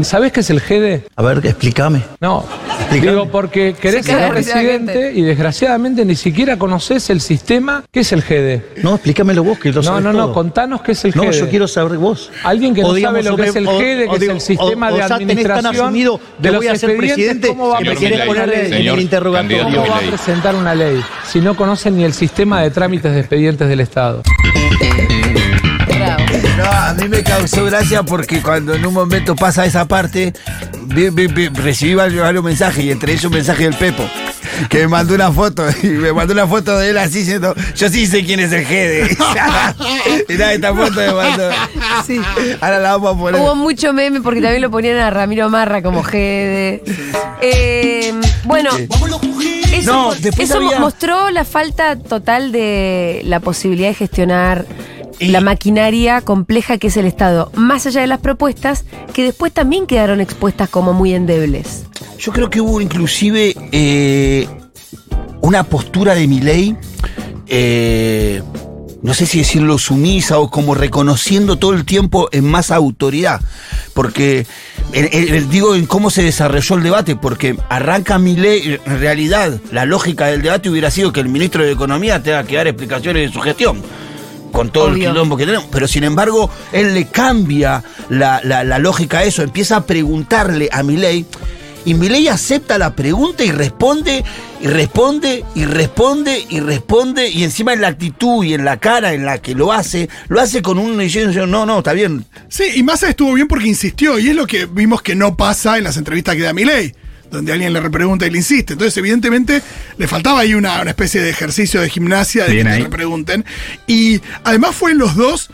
Speaker 9: ¿Sabés qué es el GD?
Speaker 10: A ver, explícame.
Speaker 9: No.
Speaker 10: Explícame.
Speaker 9: Digo, porque querés
Speaker 1: Sí, claro,
Speaker 9: ser presidente
Speaker 1: presidente.
Speaker 9: y desgraciadamente ni siquiera conocés el sistema. ¿Qué es el GD?
Speaker 10: No, explícamelo vos, que lo
Speaker 9: No,
Speaker 10: sabes
Speaker 9: no, no,
Speaker 10: todo.
Speaker 9: contanos qué es el
Speaker 10: No,
Speaker 9: GEDE.
Speaker 10: yo quiero saber vos.
Speaker 9: Alguien que no sabe lo
Speaker 10: o
Speaker 9: que
Speaker 10: me-
Speaker 9: es el
Speaker 10: o-
Speaker 9: GEDE,
Speaker 10: o
Speaker 9: que es
Speaker 10: digo,
Speaker 9: el sistema
Speaker 10: o-
Speaker 9: de
Speaker 10: o ya tenés tan
Speaker 9: administración
Speaker 10: asumido que
Speaker 9: de los
Speaker 10: voy a ser
Speaker 9: expedientes,
Speaker 10: presidente
Speaker 9: ¿cómo va a
Speaker 10: que me
Speaker 9: presentar
Speaker 10: querés
Speaker 9: una
Speaker 10: poner
Speaker 9: ley?
Speaker 10: en el interrogatorio.
Speaker 9: ¿Cómo va a presentar una ley si no conocen ni el sistema de trámites de expedientes del Estado?
Speaker 1: Bravo.
Speaker 3: No, a mí me causó gracia porque cuando en un momento pasa esa parte, vi- vi- vi- recibí varios varios mensajes y entre ellos un mensaje del Pepo. Que me mandó una foto, y me mandó una foto de él así diciendo, yo sí sé quién es el Gede. Mirá esta foto me mandó.
Speaker 1: Sí.
Speaker 3: Ahora la vamos a poner.
Speaker 1: Hubo mucho meme porque también lo ponían a Ramiro Marra como Gede. Eh, bueno, Bueno, eso,
Speaker 3: No,
Speaker 1: mo-
Speaker 3: después
Speaker 1: eso mo-
Speaker 3: había-
Speaker 1: mostró la falta total de la posibilidad de gestionar la maquinaria compleja que es el Estado, más allá de las propuestas que después también quedaron expuestas como muy endebles.
Speaker 3: Yo creo que hubo inclusive eh, una postura de Milei, eh, no sé si decirlo sumisa o como reconociendo todo el tiempo en más autoridad. Porque eh, eh, digo en cómo se desarrolló el debate, porque arranca Milei, en realidad la lógica del debate hubiera sido que el ministro de Economía tenga que dar explicaciones de su gestión. Con todo
Speaker 1: Obvio.
Speaker 3: el quilombo que tenemos. Pero sin embargo, él le cambia la, la- la lógica a eso. Empieza a preguntarle a Milei y Milei acepta la pregunta y responde, y responde, y responde, y responde, y encima en la actitud y en la cara en la que lo hace, lo hace con un diciendo, no, no, está bien.
Speaker 2: Sí, y Massa estuvo bien porque insistió, y es lo que vimos que no pasa en las entrevistas que da Milei, donde alguien le repregunta y le insiste. Entonces, evidentemente, le faltaba ahí una, una especie de ejercicio de gimnasia de
Speaker 10: Bien
Speaker 2: que
Speaker 10: ahí.
Speaker 2: le repregunten. Y además fue en los dos,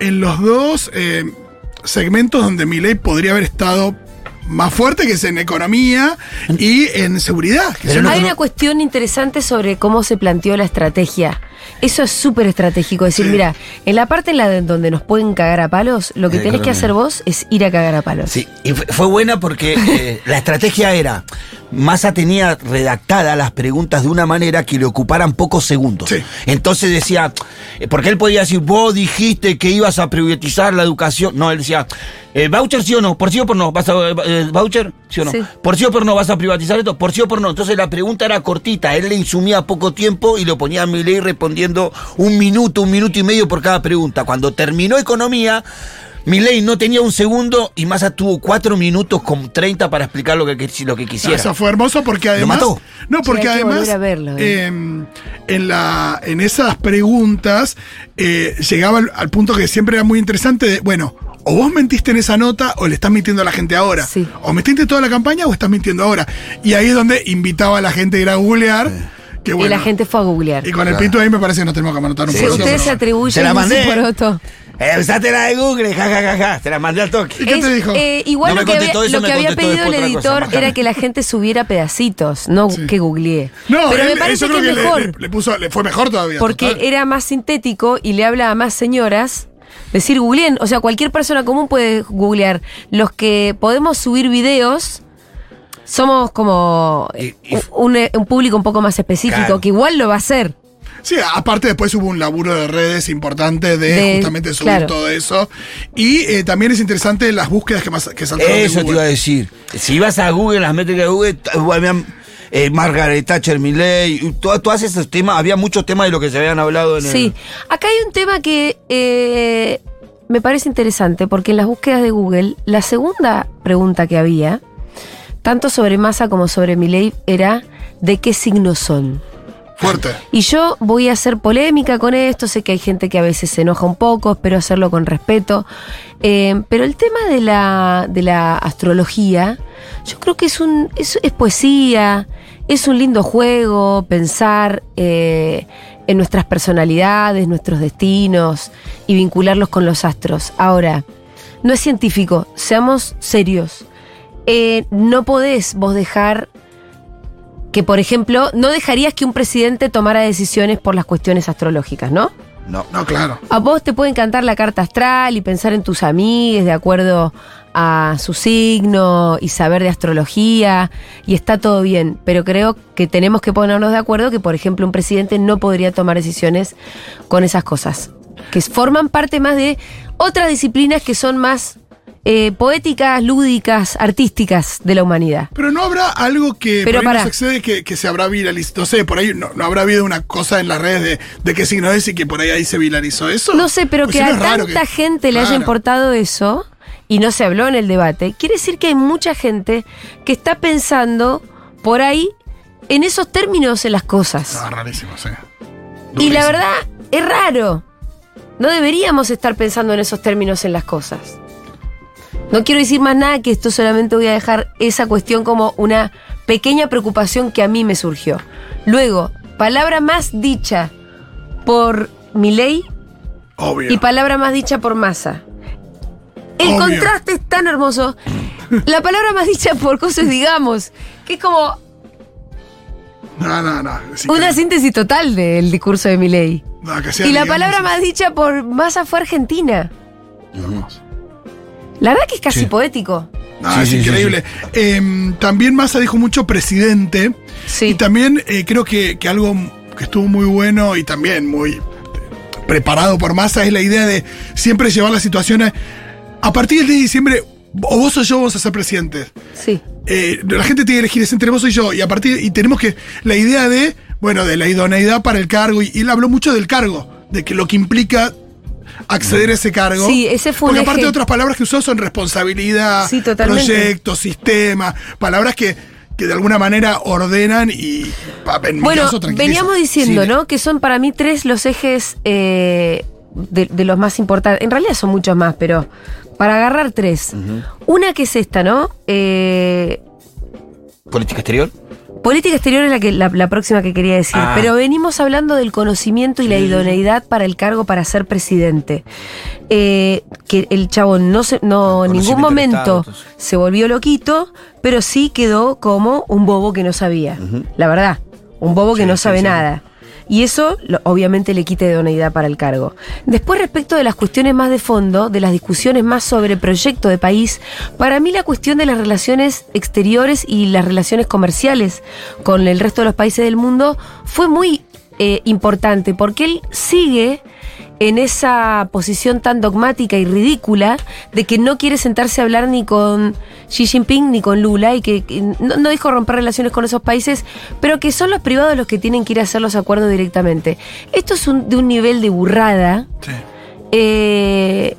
Speaker 2: en los dos eh, segmentos donde Milei podría haber estado más fuerte, que es en economía y en seguridad. que son los
Speaker 1: Hay
Speaker 2: dos-
Speaker 1: una cuestión interesante sobre cómo se planteó la estrategia. Eso es súper estratégico. Decir,
Speaker 2: Sí.
Speaker 1: mira, en la parte en la de- donde nos pueden cagar a palos, lo que
Speaker 3: Eh,
Speaker 1: tenés que
Speaker 3: claro.
Speaker 1: hacer vos es ir a cagar a palos.
Speaker 3: Sí, y fue- fue buena porque eh, la estrategia era, Massa tenía redactadas las preguntas de una manera que le ocuparan pocos segundos.
Speaker 2: Sí.
Speaker 3: Entonces decía, eh, porque él podía decir, vos dijiste que ibas a privatizar la educación. No, él decía, eh, ¿voucher sí o no? ¿Por sí o por no? ¿Vas a, eh, ¿Voucher sí o no?
Speaker 1: Sí.
Speaker 3: ¿Por sí o por no vas a privatizar esto? ¿Por sí o por no? Entonces la pregunta era cortita, él le insumía poco tiempo y lo ponía a Milei respondiendo un minuto, un minuto y medio por cada pregunta. Cuando terminó economía... Milei no tenía un segundo y Massa tuvo cuatro minutos con 30 para explicar lo que, quis- lo que
Speaker 2: Ah,
Speaker 3: quisiera.
Speaker 2: Eso fue hermoso porque además.
Speaker 3: mató.
Speaker 2: No, porque
Speaker 1: hay que
Speaker 2: además.
Speaker 1: volver a verlo, eh.
Speaker 2: em, en, la, en esas preguntas eh, llegaba al, al punto que siempre era muy interesante de, bueno, o vos mentiste en esa nota o le estás mintiendo a la gente ahora.
Speaker 1: Sí.
Speaker 2: O metiste toda la campaña o estás mintiendo ahora. Y ahí es donde invitaba a la gente a ir a googlear. Que bueno,
Speaker 1: Y la gente fue a googlear.
Speaker 2: y con el pinto ahí me parece que nos tenemos que anotar un
Speaker 3: Sí,
Speaker 2: poco.
Speaker 1: Ustedes se
Speaker 3: Se
Speaker 1: atribuyen
Speaker 3: la
Speaker 1: un
Speaker 3: mandé.
Speaker 1: poroto.
Speaker 3: Eh, usate la de Google, ja, ja, ja, ja. Se la mandé al toque.
Speaker 2: ¿Y qué te dijo?
Speaker 1: eh, igual lo
Speaker 3: No me
Speaker 1: que había,
Speaker 3: contestó eso,
Speaker 1: lo
Speaker 3: me
Speaker 1: que había
Speaker 3: contestó
Speaker 1: pedido el
Speaker 3: después otra cosa,
Speaker 1: editor
Speaker 3: Mariana.
Speaker 1: era que la gente subiera pedacitos, no que googleé.
Speaker 2: No,
Speaker 1: Pero
Speaker 2: él-
Speaker 1: me
Speaker 2: él-
Speaker 1: parece
Speaker 2: yo
Speaker 1: que
Speaker 2: creo
Speaker 1: es
Speaker 2: le-
Speaker 1: mejor,
Speaker 2: Le, le puso, le fue mejor todavía.
Speaker 1: porque
Speaker 2: total.
Speaker 1: era más sintético y le habla a más señoras. Decir googleen, o sea, cualquier persona común puede googlear. Los que podemos subir videos somos como eh,
Speaker 3: Y- y-
Speaker 1: un, un público un poco más específico,
Speaker 3: Claro.
Speaker 1: que igual lo va a hacer.
Speaker 2: Sí, aparte después hubo un laburo de redes importante de,
Speaker 1: De-
Speaker 2: justamente subir
Speaker 1: claro.
Speaker 2: todo eso. Y eh, también es interesante las búsquedas que, más, que saltaron de
Speaker 3: Eso te
Speaker 2: Google.
Speaker 3: iba a decir. Si vas a Google, las métricas de Google, t- habían, eh, Margaret Thatcher, Milley, todas todas esos temas, había muchos temas de lo que se habían hablado en el-
Speaker 1: Sí, acá hay un tema que eh, me parece interesante, porque en las búsquedas de Google, la segunda pregunta que había, tanto sobre masa como sobre Milei, era ¿de qué signo son?
Speaker 2: Fuerte.
Speaker 1: Y yo voy a hacer polémica con esto, sé que hay gente que a veces se enoja un poco, espero hacerlo con respeto, eh, pero el tema de la, de la astrología, yo creo que es, un, es, es poesía, es un lindo juego, pensar eh, en nuestras personalidades, nuestros destinos y vincularlos con los astros. Ahora, no es científico, seamos serios. Eh, no podés vos dejar que, por ejemplo, no dejarías que un presidente tomara decisiones por las cuestiones astrológicas, ¿no?
Speaker 3: No.
Speaker 2: No, claro.
Speaker 1: A vos te pueden cantar la carta astral y pensar en tus amigues de acuerdo a su signo y saber de astrología y está todo bien, pero creo que tenemos que ponernos de acuerdo que, por ejemplo, un presidente no podría tomar decisiones con esas cosas, que forman parte más de otras disciplinas que son más eh, poéticas, lúdicas, artísticas de la humanidad.
Speaker 2: Pero no habrá algo que
Speaker 1: Pero
Speaker 2: por ahí nos
Speaker 1: pará.
Speaker 2: excede que, que se habrá viralizado. No sé, por ahí no, no habrá habido una cosa en las redes de, de qué signo es y que por ahí ahí se viralizó eso.
Speaker 1: No sé, pero
Speaker 2: Pues
Speaker 1: que
Speaker 2: si no
Speaker 1: a
Speaker 2: es raro
Speaker 1: tanta
Speaker 2: que-
Speaker 1: gente le haya
Speaker 2: Claro.
Speaker 1: importado eso y no se habló en el debate, quiere decir que hay mucha gente que está pensando por ahí en esos términos en las cosas.
Speaker 2: No, rarísimo, sí.
Speaker 1: y la
Speaker 2: Ah, Durísimo.
Speaker 1: verdad, es raro. No deberíamos estar pensando en esos términos en las cosas. No quiero decir más nada que esto, solamente voy a dejar esa cuestión como una pequeña preocupación que a mí me surgió. Luego, palabra más dicha por mi ley
Speaker 2: Obvio.
Speaker 1: y palabra más dicha por masa. El
Speaker 2: Obvio.
Speaker 1: contraste es tan hermoso. La palabra más dicha por cosas, digamos, que es como
Speaker 2: No, no, no. es
Speaker 1: Una
Speaker 2: increíble.
Speaker 1: síntesis total del discurso de Milei.
Speaker 2: No, que sea
Speaker 1: Y la
Speaker 2: digamos,
Speaker 1: palabra más dicha por Massa fue Argentina. La verdad que es casi poético.
Speaker 2: No,
Speaker 3: Sí,
Speaker 2: es
Speaker 3: sí, sí,
Speaker 2: increíble. Eh, también Massa dijo mucho presidente. Y
Speaker 1: Sí.
Speaker 2: también eh, creo que, que algo que estuvo muy bueno y también muy preparado por Massa es la idea de siempre llevar las situaciones. A partir del 10 de diciembre, o vos o yo vamos a ser presidentes.
Speaker 1: Sí.
Speaker 2: Eh, la gente tiene que elegir es entre vos y yo. Y a partir, y tenemos que. La idea de, bueno, de la idoneidad para el cargo. Y, y él habló mucho del cargo, de que lo que implica acceder a ese cargo.
Speaker 1: Sí, ese fue un
Speaker 2: Porque aparte
Speaker 1: eje.
Speaker 2: otras palabras que usó son responsabilidad,
Speaker 1: Sí, totalmente.
Speaker 2: proyecto, sistema, palabras que, que de alguna manera ordenan y pa- en mi
Speaker 1: Bueno,
Speaker 2: caso, tranquilizan.
Speaker 1: veníamos diciendo,
Speaker 2: Sí,
Speaker 1: ¿no? Que son para mí tres los ejes eh, de, de los más importantes. En realidad son muchos más, pero para agarrar tres. Una que es esta, ¿no? Eh,
Speaker 3: ¿Política exterior?
Speaker 1: política exterior es la, que, la, la próxima que quería decir,
Speaker 3: Ah.
Speaker 1: pero venimos hablando del conocimiento y la idoneidad para el cargo para ser presidente. Eh, que el chavo no, se, no en ningún
Speaker 3: Conocimiento del Estado,
Speaker 1: momento
Speaker 3: entonces.
Speaker 1: se volvió loquito, pero sí quedó como un bobo que no sabía. La verdad, un bobo que
Speaker 3: Sí,
Speaker 1: no
Speaker 3: sí,
Speaker 1: sabe
Speaker 3: sí.
Speaker 1: nada. Y eso lo- obviamente le quita idoneidad para el cargo. Después, respecto de las cuestiones más de fondo, de las discusiones más sobre proyecto de país, para mí la cuestión de las relaciones exteriores y las relaciones comerciales con el resto de los países del mundo fue muy eh, importante porque él sigue en esa posición tan dogmática y ridícula de que no quiere sentarse a hablar ni con Xi Jinping ni con Lula y que que no, no dijo romper relaciones con esos países, pero que son los privados los que tienen que ir a hacer los acuerdos directamente. Esto es un- de un nivel de burrada.
Speaker 2: sí.
Speaker 1: eh,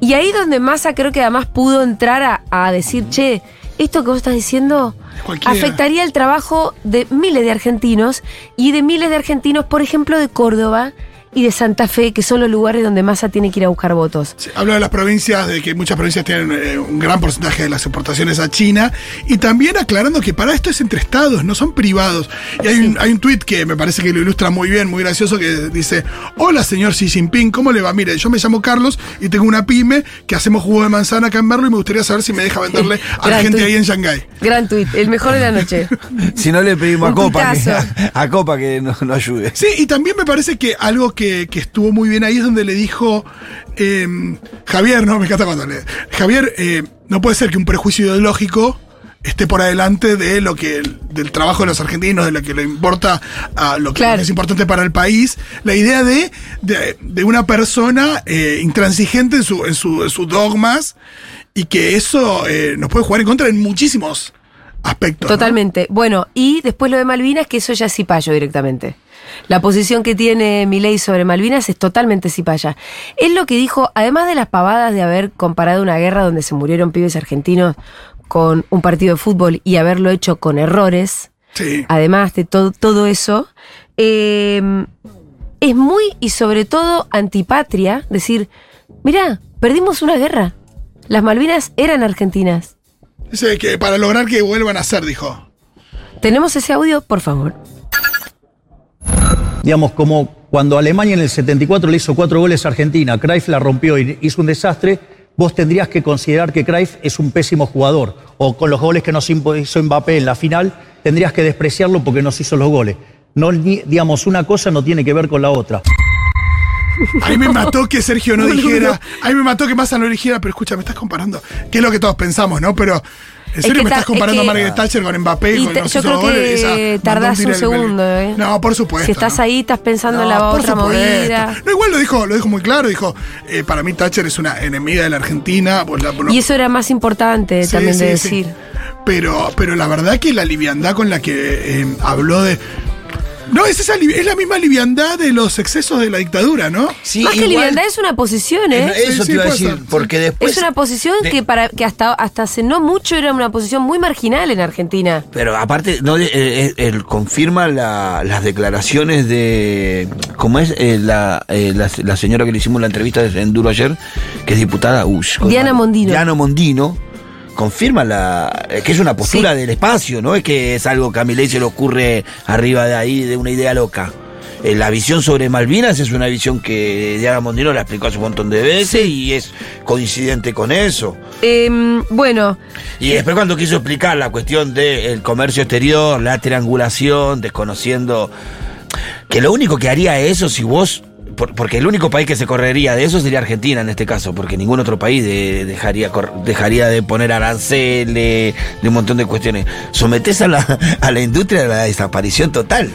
Speaker 1: y ahí donde Massa creo que además pudo entrar a, a decir, che, esto que vos estás diciendo
Speaker 2: Cualquiera.
Speaker 1: afectaría el trabajo de miles de argentinos y de miles de argentinos, por ejemplo, de Córdoba y de Santa Fe, que son los lugares donde Massa tiene que ir a buscar votos.
Speaker 2: Sí, habla de las provincias, de que muchas provincias tienen eh, un gran porcentaje de las exportaciones a China, y también aclarando que para esto es entre estados, no son privados. Y hay, un, hay un tuit que me parece que lo ilustra muy bien, muy gracioso, que dice, hola señor Xi Jinping, ¿cómo le va? Mire, yo me llamo Carlos y tengo una pyme que hacemos jugo de manzana acá en Merlo y me gustaría saber si me deja venderle a la
Speaker 1: Gran
Speaker 2: gente
Speaker 1: tuit.
Speaker 2: ahí en Shanghái.
Speaker 1: Gran tuit, el mejor de la noche.
Speaker 3: Si no le pedimos
Speaker 1: Un
Speaker 3: a Copa, que,
Speaker 1: tuitazo.
Speaker 3: a, a Copa que nos no ayude.
Speaker 2: Sí, y también me parece que algo que, que estuvo muy bien ahí es donde le dijo eh, Javier, ¿no? Me encanta cuando le. Javier, eh, no puede ser que un prejuicio ideológico esté por adelante de lo que del trabajo de los argentinos, de lo que le importa a lo que
Speaker 1: Claro.
Speaker 2: es importante para el país. La idea de, de, de una persona eh, intransigente en, su- en su- en sus dogmas y que eso eh, nos puede jugar en contra en muchísimos aspectos. ¿no?
Speaker 1: Totalmente. Bueno, y después lo de Malvinas, que eso ya es cipallo directamente. La posición que tiene Milei sobre Malvinas es totalmente cipaya. Es lo que dijo, además de las pavadas de haber comparado una guerra donde se murieron pibes argentinos con un partido de fútbol y haberlo hecho con errores,
Speaker 2: Sí.
Speaker 1: además de todo, todo eso, eh, es muy y sobre todo antipatria decir, mirá, perdimos una guerra. Las Malvinas eran argentinas.
Speaker 2: Dice que para lograr que vuelvan a ser, dijo.
Speaker 1: ¿Tenemos ese audio? Por favor.
Speaker 10: Digamos, como cuando Alemania en el 74 le hizo cuatro goles a Argentina, Cruyff la rompió y hizo un desastre, vos tendrías que considerar que Cruyff es un pésimo jugador. O con los goles que nos impo- hizo Mbappé en la final, tendrías que despreciarlo porque nos hizo los goles. No, ni- digamos, una cosa no tiene que ver con la otra.
Speaker 2: Ahí me mató que Sergio no dijera. Ahí me mató que Massa no dijera, pero escucha, me estás comparando. Que es lo que todos pensamos, ¿no? Pero. ¿En serio
Speaker 1: que
Speaker 2: me
Speaker 1: ta-
Speaker 2: estás comparando
Speaker 1: es
Speaker 2: a
Speaker 1: que-
Speaker 2: Margaret Thatcher con Mbappé?
Speaker 1: Y
Speaker 2: con
Speaker 1: te-
Speaker 2: los
Speaker 1: yo creo
Speaker 2: otros goles? Esa,
Speaker 1: que
Speaker 2: mandó
Speaker 1: tardás
Speaker 2: tiro
Speaker 1: un
Speaker 2: al-
Speaker 1: segundo, ¿eh?
Speaker 2: No, por supuesto.
Speaker 1: Si estás
Speaker 2: ¿no?
Speaker 1: ahí, estás pensando en la
Speaker 2: No, por
Speaker 1: otra
Speaker 2: supuesto.
Speaker 1: movida.
Speaker 2: No, igual lo dijo, lo dijo muy claro. Dijo, eh, para mí Thatcher es una enemiga de la Argentina. por la- por la-
Speaker 1: Y eso era más importante
Speaker 2: Sí,
Speaker 1: también de
Speaker 2: sí, sí.
Speaker 1: decir.
Speaker 2: Pero, pero la verdad que la liviandad con la que eh, habló de. No, es, esa, li- es la misma liviandad de los excesos de la dictadura, ¿no?
Speaker 3: Sí,
Speaker 1: más que
Speaker 3: igual-
Speaker 1: libertad es una posición,
Speaker 3: Eh,
Speaker 1: ¿eh?
Speaker 2: Sí,
Speaker 3: Eso
Speaker 2: sí,
Speaker 3: te iba a
Speaker 2: puede
Speaker 3: decir,
Speaker 2: ser.
Speaker 3: porque después...
Speaker 1: es una posición
Speaker 3: de-
Speaker 1: que para que hasta, hasta hace no mucho era una posición muy marginal en Argentina.
Speaker 3: Pero aparte, no, eh, eh, él confirma la- las declaraciones de. ¿Cómo es? Eh, la, eh, la, la señora que le hicimos la entrevista en Duro ayer, que es diputada. uy, con-
Speaker 1: Diana Mondino.
Speaker 3: Diana Mondino. Confirma la, eh, que es una postura
Speaker 1: Sí.
Speaker 3: del espacio, ¿no? Es que es algo que a Milei se le ocurre arriba de ahí, de una idea loca. eh, la visión sobre Malvinas es una visión que Diana Mondino la explicó hace un montón de veces y es coincidente con eso.
Speaker 1: Em, bueno,
Speaker 3: Y después cuando quiso explicar la cuestión del comercio exterior, la triangulación, desconociendo que lo único que haría eso si vos, por- porque el único país que se correría de eso sería Argentina en este caso, porque ningún otro país de- dejaría, cor- dejaría de poner aranceles, de un montón de cuestiones. Sometés a la, a la industria a la desaparición total.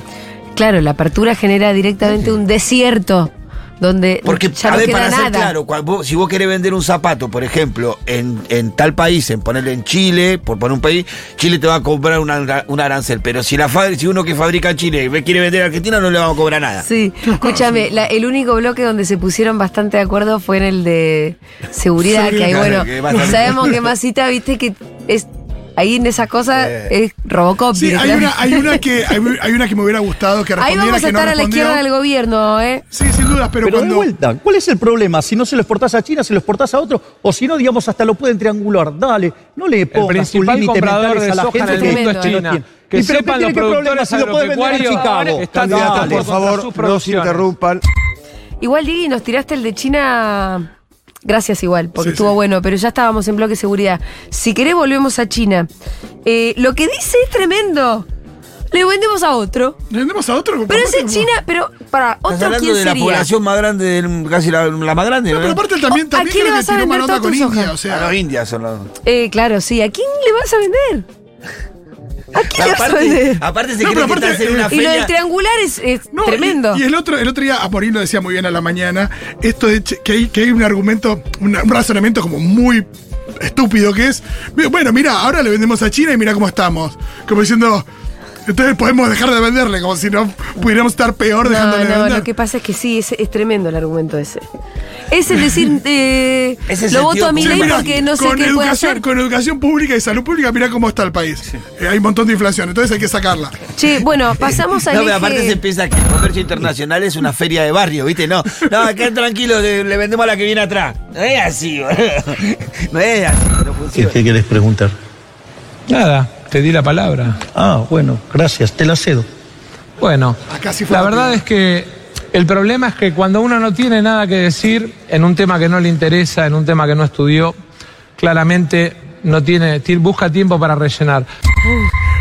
Speaker 1: claro, la apertura genera directamente un desierto donde
Speaker 3: Porque,
Speaker 1: ya
Speaker 3: a
Speaker 1: no
Speaker 3: ver,
Speaker 1: queda
Speaker 3: para
Speaker 1: nada.
Speaker 3: ser claro, cua- vos- si vos querés vender un zapato, por ejemplo, en, en tal país, en ponerle en Chile, por poner un país, Chile te va a cobrar un, ara- un arancel. Pero si la fabri- si uno que fabrica en Chile ve- quiere vender a Argentina, no le vamos a cobrar nada.
Speaker 1: Sí, escúchame, la- el único bloque donde se pusieron bastante de acuerdo fue en el de seguridad,
Speaker 3: Sí,
Speaker 1: que ahí,
Speaker 3: claro,
Speaker 1: bueno,
Speaker 3: que bastante-
Speaker 1: sabemos que Masita, viste que es ahí en esa cosa es Robocop.
Speaker 2: Sí, hay
Speaker 1: directamente.
Speaker 2: una, hay, una que, hay, hay una que me hubiera gustado que
Speaker 1: ahí
Speaker 2: respondiera.
Speaker 1: vamos a
Speaker 2: que no
Speaker 1: estar a la
Speaker 2: respondió.
Speaker 1: izquierda del gobierno, ¿eh?
Speaker 2: Sí, sin dudas, pero,
Speaker 10: Pero de
Speaker 2: cuando.
Speaker 10: vuelta, ¿cuál es el problema? Si no se lo exportás a China, se lo exportás a otro, o si no, digamos, hasta lo pueden triangular. Dale, no le pongas un
Speaker 9: principal
Speaker 10: límite
Speaker 9: comprador
Speaker 10: mentales
Speaker 9: de
Speaker 10: a la
Speaker 9: soja
Speaker 10: gente
Speaker 1: en el
Speaker 10: que
Speaker 1: mundo
Speaker 10: no
Speaker 1: es
Speaker 10: tiene.
Speaker 9: China.
Speaker 10: Y
Speaker 9: Que
Speaker 10: pero
Speaker 9: sepan
Speaker 10: ¿qué
Speaker 9: los
Speaker 10: tiene que problema
Speaker 9: productores
Speaker 10: si lo puede vender en
Speaker 9: agropecuarios
Speaker 10: Chicago?
Speaker 9: están
Speaker 10: Dale.
Speaker 9: tratando
Speaker 10: Dale.
Speaker 9: por favor, sus producciones.
Speaker 1: Igual, Digi, nos tiraste el de China. Gracias igual, porque
Speaker 2: Sí,
Speaker 1: estuvo
Speaker 2: sí.
Speaker 1: bueno, pero ya estábamos en bloque de seguridad. Si querés, volvemos a China. Eh, lo que dice es tremendo. Le vendemos a otro.
Speaker 2: Vendemos a otro.
Speaker 1: Pero
Speaker 2: aparte,
Speaker 1: ese China, pero para otro
Speaker 3: Estás hablando
Speaker 1: quién
Speaker 3: de la
Speaker 1: sería?
Speaker 3: población más grande, del- casi la, la más grande,
Speaker 2: No, pero
Speaker 3: ¿no?
Speaker 2: aparte él también,
Speaker 1: ¿A
Speaker 2: también
Speaker 1: quién
Speaker 2: creo
Speaker 1: le
Speaker 2: que
Speaker 1: vas a
Speaker 2: tiró
Speaker 1: vender
Speaker 2: manota
Speaker 1: todas
Speaker 2: con
Speaker 1: tus hojas?
Speaker 2: India.
Speaker 1: Ah,
Speaker 2: O
Speaker 3: A los
Speaker 2: sea,
Speaker 3: indias son los...
Speaker 1: Eh, claro, sí. ¿A quién le vas a vender? ¿A quién le vas a
Speaker 3: Aparte,
Speaker 1: vender?
Speaker 3: aparte se
Speaker 2: No,
Speaker 3: cree
Speaker 2: pero
Speaker 3: que
Speaker 2: aparte,
Speaker 3: estás en una
Speaker 2: eh,
Speaker 1: Y lo del
Speaker 3: feria...
Speaker 1: triangular es, es
Speaker 2: no, y-
Speaker 1: tremendo.
Speaker 2: Y, el otro, el otro día, Amorín lo decía muy bien a la mañana, esto de che- que hay, que hay un argumento, un, un razonamiento como muy estúpido que es. Bueno, mira, ahora le vendemos a China y mira cómo estamos. Como diciendo. Entonces podemos dejar de venderle, como si no pudiéramos estar peor
Speaker 1: no,
Speaker 2: dejándole de
Speaker 1: no,
Speaker 2: vender.
Speaker 1: lo que pasa es que sí, es, es tremendo el argumento ese. Es el decir, eh,
Speaker 3: Ese es
Speaker 1: lo
Speaker 3: el
Speaker 1: voto
Speaker 3: tío
Speaker 1: a mi
Speaker 2: Sí,
Speaker 1: ley
Speaker 2: mirá,
Speaker 1: porque no sé
Speaker 2: con
Speaker 1: qué puede
Speaker 2: educación,
Speaker 1: hacer.
Speaker 2: Con educación pública y salud pública, mirá cómo está el país. Eh, hay un montón de inflación, entonces hay que sacarla.
Speaker 1: Che, bueno, pasamos al
Speaker 3: No, pero
Speaker 1: eje-
Speaker 3: aparte se piensa que el comercio internacional es una feria de barrio, ¿viste? No, no, acá tranquilo, le, le vendemos a la que viene atrás. No es así, boludo. No es así, no
Speaker 10: ¿Qué,
Speaker 3: funciona.
Speaker 10: qué querés preguntar?
Speaker 9: Nada, te di la palabra.
Speaker 10: Ah, bueno, gracias, te la cedo.
Speaker 9: Bueno,
Speaker 2: Acá sí fue
Speaker 9: la
Speaker 2: rápido.
Speaker 9: verdad es que el problema es que cuando uno no tiene nada que decir en un tema que no le interesa, en un tema que no estudió, claramente no tiene, ti- busca tiempo para rellenar.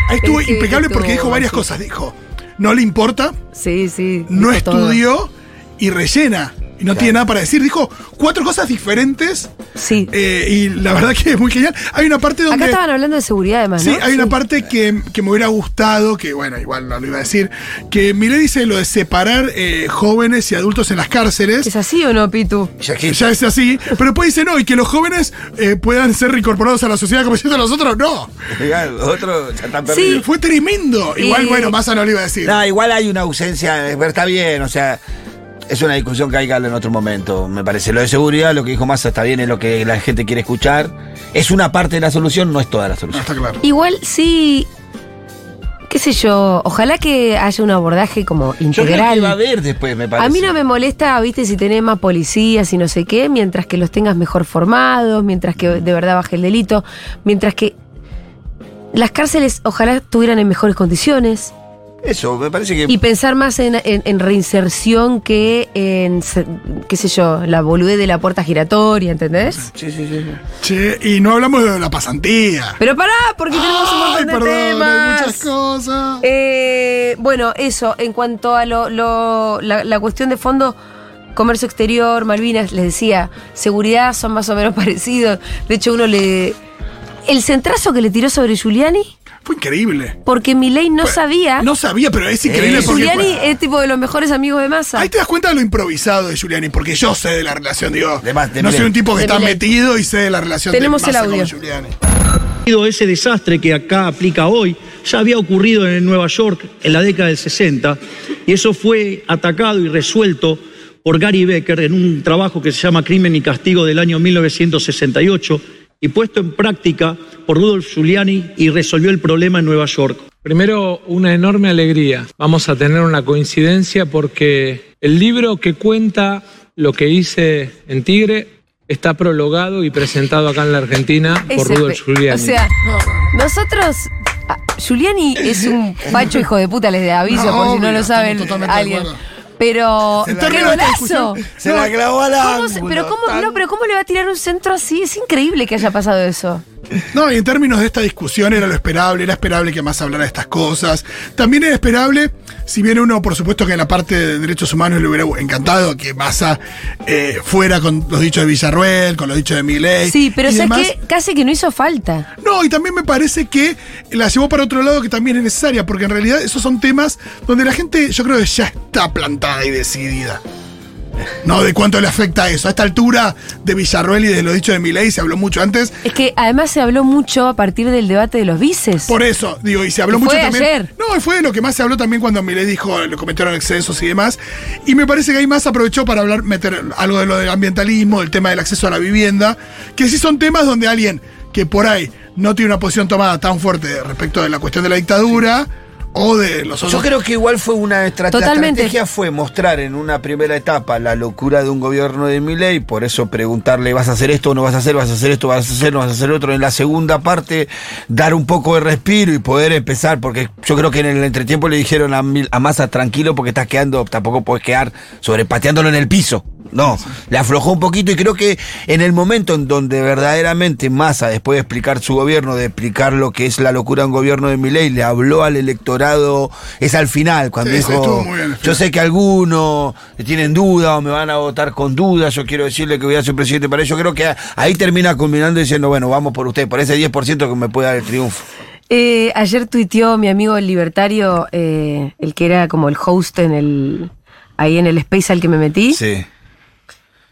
Speaker 2: Ahí estuvo
Speaker 1: Es que
Speaker 2: impecable
Speaker 1: estuvo
Speaker 2: porque dijo varias
Speaker 1: así.
Speaker 2: cosas. Dijo, no le importa,
Speaker 1: Sí, sí.
Speaker 2: no
Speaker 1: dijo todo.
Speaker 2: estudió y rellena. Y no tiene nada para decir. Dijo cuatro cosas diferentes
Speaker 1: Sí.
Speaker 2: eh, y la verdad que es muy genial. Hay una parte donde...
Speaker 1: Acá estaban hablando de seguridad además,
Speaker 2: Sí,
Speaker 1: ¿no?
Speaker 2: hay una parte que, que me hubiera gustado, que bueno, igual no lo iba a decir, que Milei dice lo de separar eh, jóvenes y adultos en las cárceles.
Speaker 1: ¿Es así o no, Pitu?
Speaker 2: Ya es así. Pero después dicen, no, y que los jóvenes eh, puedan ser reincorporados a la sociedad como diciendo nosotros, no.
Speaker 3: Ya, Otro ya están
Speaker 1: Sí.
Speaker 3: perdidos.
Speaker 2: Fue tremendo. Igual,
Speaker 1: Y-
Speaker 2: bueno, Massa no lo iba a decir.
Speaker 3: No, igual hay una ausencia, pero está bien, o sea, es una discusión que hay que hablar en otro momento, me parece. Lo de seguridad, lo que dijo Massa está bien, es lo que la gente quiere escuchar. Es una parte de la solución, no es toda la
Speaker 2: No,
Speaker 3: solución.
Speaker 2: está claro.
Speaker 1: Igual sí. ¿Qué sé yo? Ojalá que haya un abordaje como
Speaker 3: Yo creo que va a
Speaker 1: integral.
Speaker 3: haber después, me parece.
Speaker 1: A mí no me molesta, viste, si tenés más policías y no sé qué, mientras que los tengas mejor formados, mientras que de verdad baje el delito, mientras que las cárceles ojalá estuvieran en mejores condiciones
Speaker 3: Eso, me parece
Speaker 2: Eh,
Speaker 3: que...
Speaker 1: y pensar más en, en- en reinserción que en, se- qué sé yo, la boludez de la puerta giratoria, ¿entendés?
Speaker 3: Sí, sí, sí. sí.
Speaker 2: Che, y no hablamos de la pasantía.
Speaker 1: Pero pará, porque tenemos un
Speaker 2: Ay,
Speaker 1: montón de
Speaker 2: perdón, hay
Speaker 1: temas.
Speaker 2: muchas cosas.
Speaker 1: Eh, bueno, eso, en cuanto a lo, lo- la, la cuestión de fondo, comercio exterior, Malvinas, les decía, seguridad son más o menos parecidos. De hecho, uno le... El centrazo que le tiró sobre Giuliani,
Speaker 2: Fue increíble.
Speaker 1: porque Milei no sabía...
Speaker 2: No sabía, pero es increíble
Speaker 3: Eh,
Speaker 2: porque.
Speaker 1: Giuliani es tipo de los mejores amigos de Massa.
Speaker 2: Ahí te das cuenta de lo improvisado de Giuliani, porque yo sé de la relación, digo.
Speaker 3: De más, de
Speaker 2: no soy
Speaker 3: Milei.
Speaker 2: un tipo que
Speaker 1: De
Speaker 2: está
Speaker 1: Milei.
Speaker 2: metido y sé de la relación
Speaker 1: Tenemos
Speaker 2: de Massa
Speaker 1: el audio.
Speaker 2: con Giuliani.
Speaker 10: ocurrido ese desastre que acá aplica hoy ya había ocurrido en Nueva York en la década del 60 y eso fue atacado y resuelto por Gary Becker en un trabajo que se llama Crimen y Castigo del año 1968 y puesto en práctica por Rudolf Giuliani y resolvió el problema en Nueva York.
Speaker 9: Primero, una enorme alegría. Vamos a tener una coincidencia porque el libro que cuenta lo que hice en Tigre está prologado y presentado acá en la Argentina por
Speaker 1: Ese
Speaker 9: Rudolf
Speaker 1: pe-
Speaker 9: Giuliani.
Speaker 1: O sea, nosotros... ah, Giuliani es un facho hijo de puta, les aviso,
Speaker 2: No,
Speaker 1: por si no
Speaker 2: obvio,
Speaker 1: lo
Speaker 2: estamos
Speaker 1: saben
Speaker 2: totalmente de
Speaker 1: alguien.
Speaker 2: acuerdo.
Speaker 1: Pero.
Speaker 3: Se la
Speaker 1: Oh, ¡Qué
Speaker 3: clavó,
Speaker 1: golazo!
Speaker 3: Se la clavó al
Speaker 1: ¿Cómo se-
Speaker 3: ángulo,
Speaker 1: pero cómo,
Speaker 3: tan-
Speaker 1: no, pero ¿cómo le va a tirar un centro así? Es increíble que haya pasado eso.
Speaker 2: No, y en términos de esta discusión era lo esperable, era esperable que más hablara de estas cosas. También era esperable, si bien uno, por supuesto, que en la parte de derechos humanos le hubiera encantado que Massa eh, fuera con los dichos de Villarruel, con los dichos de
Speaker 3: Eh,
Speaker 2: Milei.
Speaker 1: Sí, pero
Speaker 2: y
Speaker 1: ¿sabes
Speaker 2: demás.
Speaker 1: qué? Casi que no hizo falta.
Speaker 2: No, y también me parece que la llevó para otro lado que también es necesaria, porque en realidad esos son temas donde la gente, yo creo que ya está plantada y decidida. No, de cuánto le afecta eso. A esta altura de Villarruel y de lo dicho de Milei se habló mucho antes.
Speaker 1: Es que además se habló mucho a partir del debate de los vices.
Speaker 2: Por eso, digo, y se habló
Speaker 1: Y
Speaker 2: mucho
Speaker 1: fue
Speaker 2: también.
Speaker 1: ayer.
Speaker 2: No, y fue de lo que más se habló también cuando Milei dijo, lo cometieron excesos y demás. Y me parece que ahí más aprovechó para hablar, meter algo de lo del ambientalismo, del tema del acceso a la vivienda, que sí son temas donde alguien que por ahí no tiene una posición tomada tan fuerte respecto de la cuestión de la dictadura o de los otros.
Speaker 3: Yo creo que igual fue una estrategia.
Speaker 1: Totalmente.
Speaker 3: La estrategia fue mostrar en una primera etapa la locura de un gobierno de Milei, por eso preguntarle, ¿vas a hacer esto o no vas a hacer? ¿Vas a hacer esto? ¿Vas a hacer? ¿No vas a hacer otro? En la segunda parte, dar un poco de respiro y poder empezar, porque yo creo que en el entretiempo le dijeron a, Mil- a Massa, tranquilo, porque estás quedando, tampoco podés quedar sobrepateándolo en el piso. No, le aflojó un poquito y creo que en el momento en donde verdaderamente Massa, después de explicar su gobierno, de explicar lo que es la locura de un gobierno de Milei, le habló al electorado, es al final, cuando
Speaker 2: Sí, sí, estuvo
Speaker 3: dijo,
Speaker 2: muy bien al
Speaker 3: yo
Speaker 2: final".
Speaker 3: sé que algunos tienen dudas o me van a votar con dudas, yo quiero decirle que voy a ser presidente para ello, creo que ahí termina culminando diciendo, bueno, vamos por usted, por ese 10% que me puede dar el triunfo.
Speaker 1: Eh, ayer tuiteó mi amigo el libertario, eh, el que era como el host en el. ahí en el space al que me metí.
Speaker 3: Sí.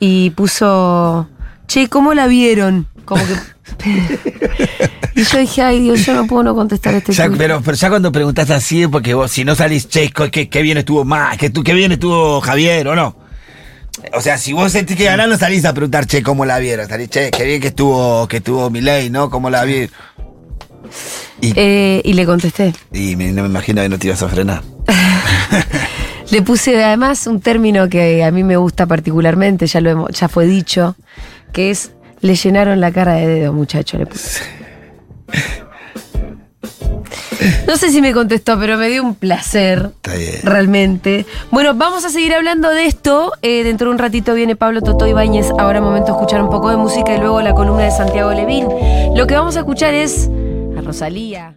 Speaker 1: y puso, che, ¿cómo la vieron? Como que... y yo dije, ay Dios, yo no puedo no contestar este
Speaker 3: Ya,
Speaker 1: tweet".
Speaker 3: pero, pero ya cuando preguntaste así, es porque vos, si no salís, che, co- qué, qué bien estuvo más, que tú, qué bien estuvo Javier, o no. O sea, si vos sentís que ganás, no salís a preguntar, che, cómo la vieron. Salís, che, qué bien que estuvo, que estuvo Milei, ¿no? ¿Cómo la vieron?
Speaker 1: Eh, y le contesté.
Speaker 3: Y me, no me imagino que no te ibas a frenar.
Speaker 1: Le puse además un término que a mí me gusta particularmente, ya, lo hemos- ya fue dicho, que es, le llenaron la cara de dedo, muchacho, le puse. No sé si me contestó, pero me dio un placer.
Speaker 3: Está bien.
Speaker 1: Realmente. Bueno, vamos a seguir hablando de esto. Eh, dentro de un ratito viene Pablo Totó Ibáñez. Ahora momento de escuchar un poco de música y luego la columna de Santiago Levín. Lo que vamos a escuchar es a Rosalía.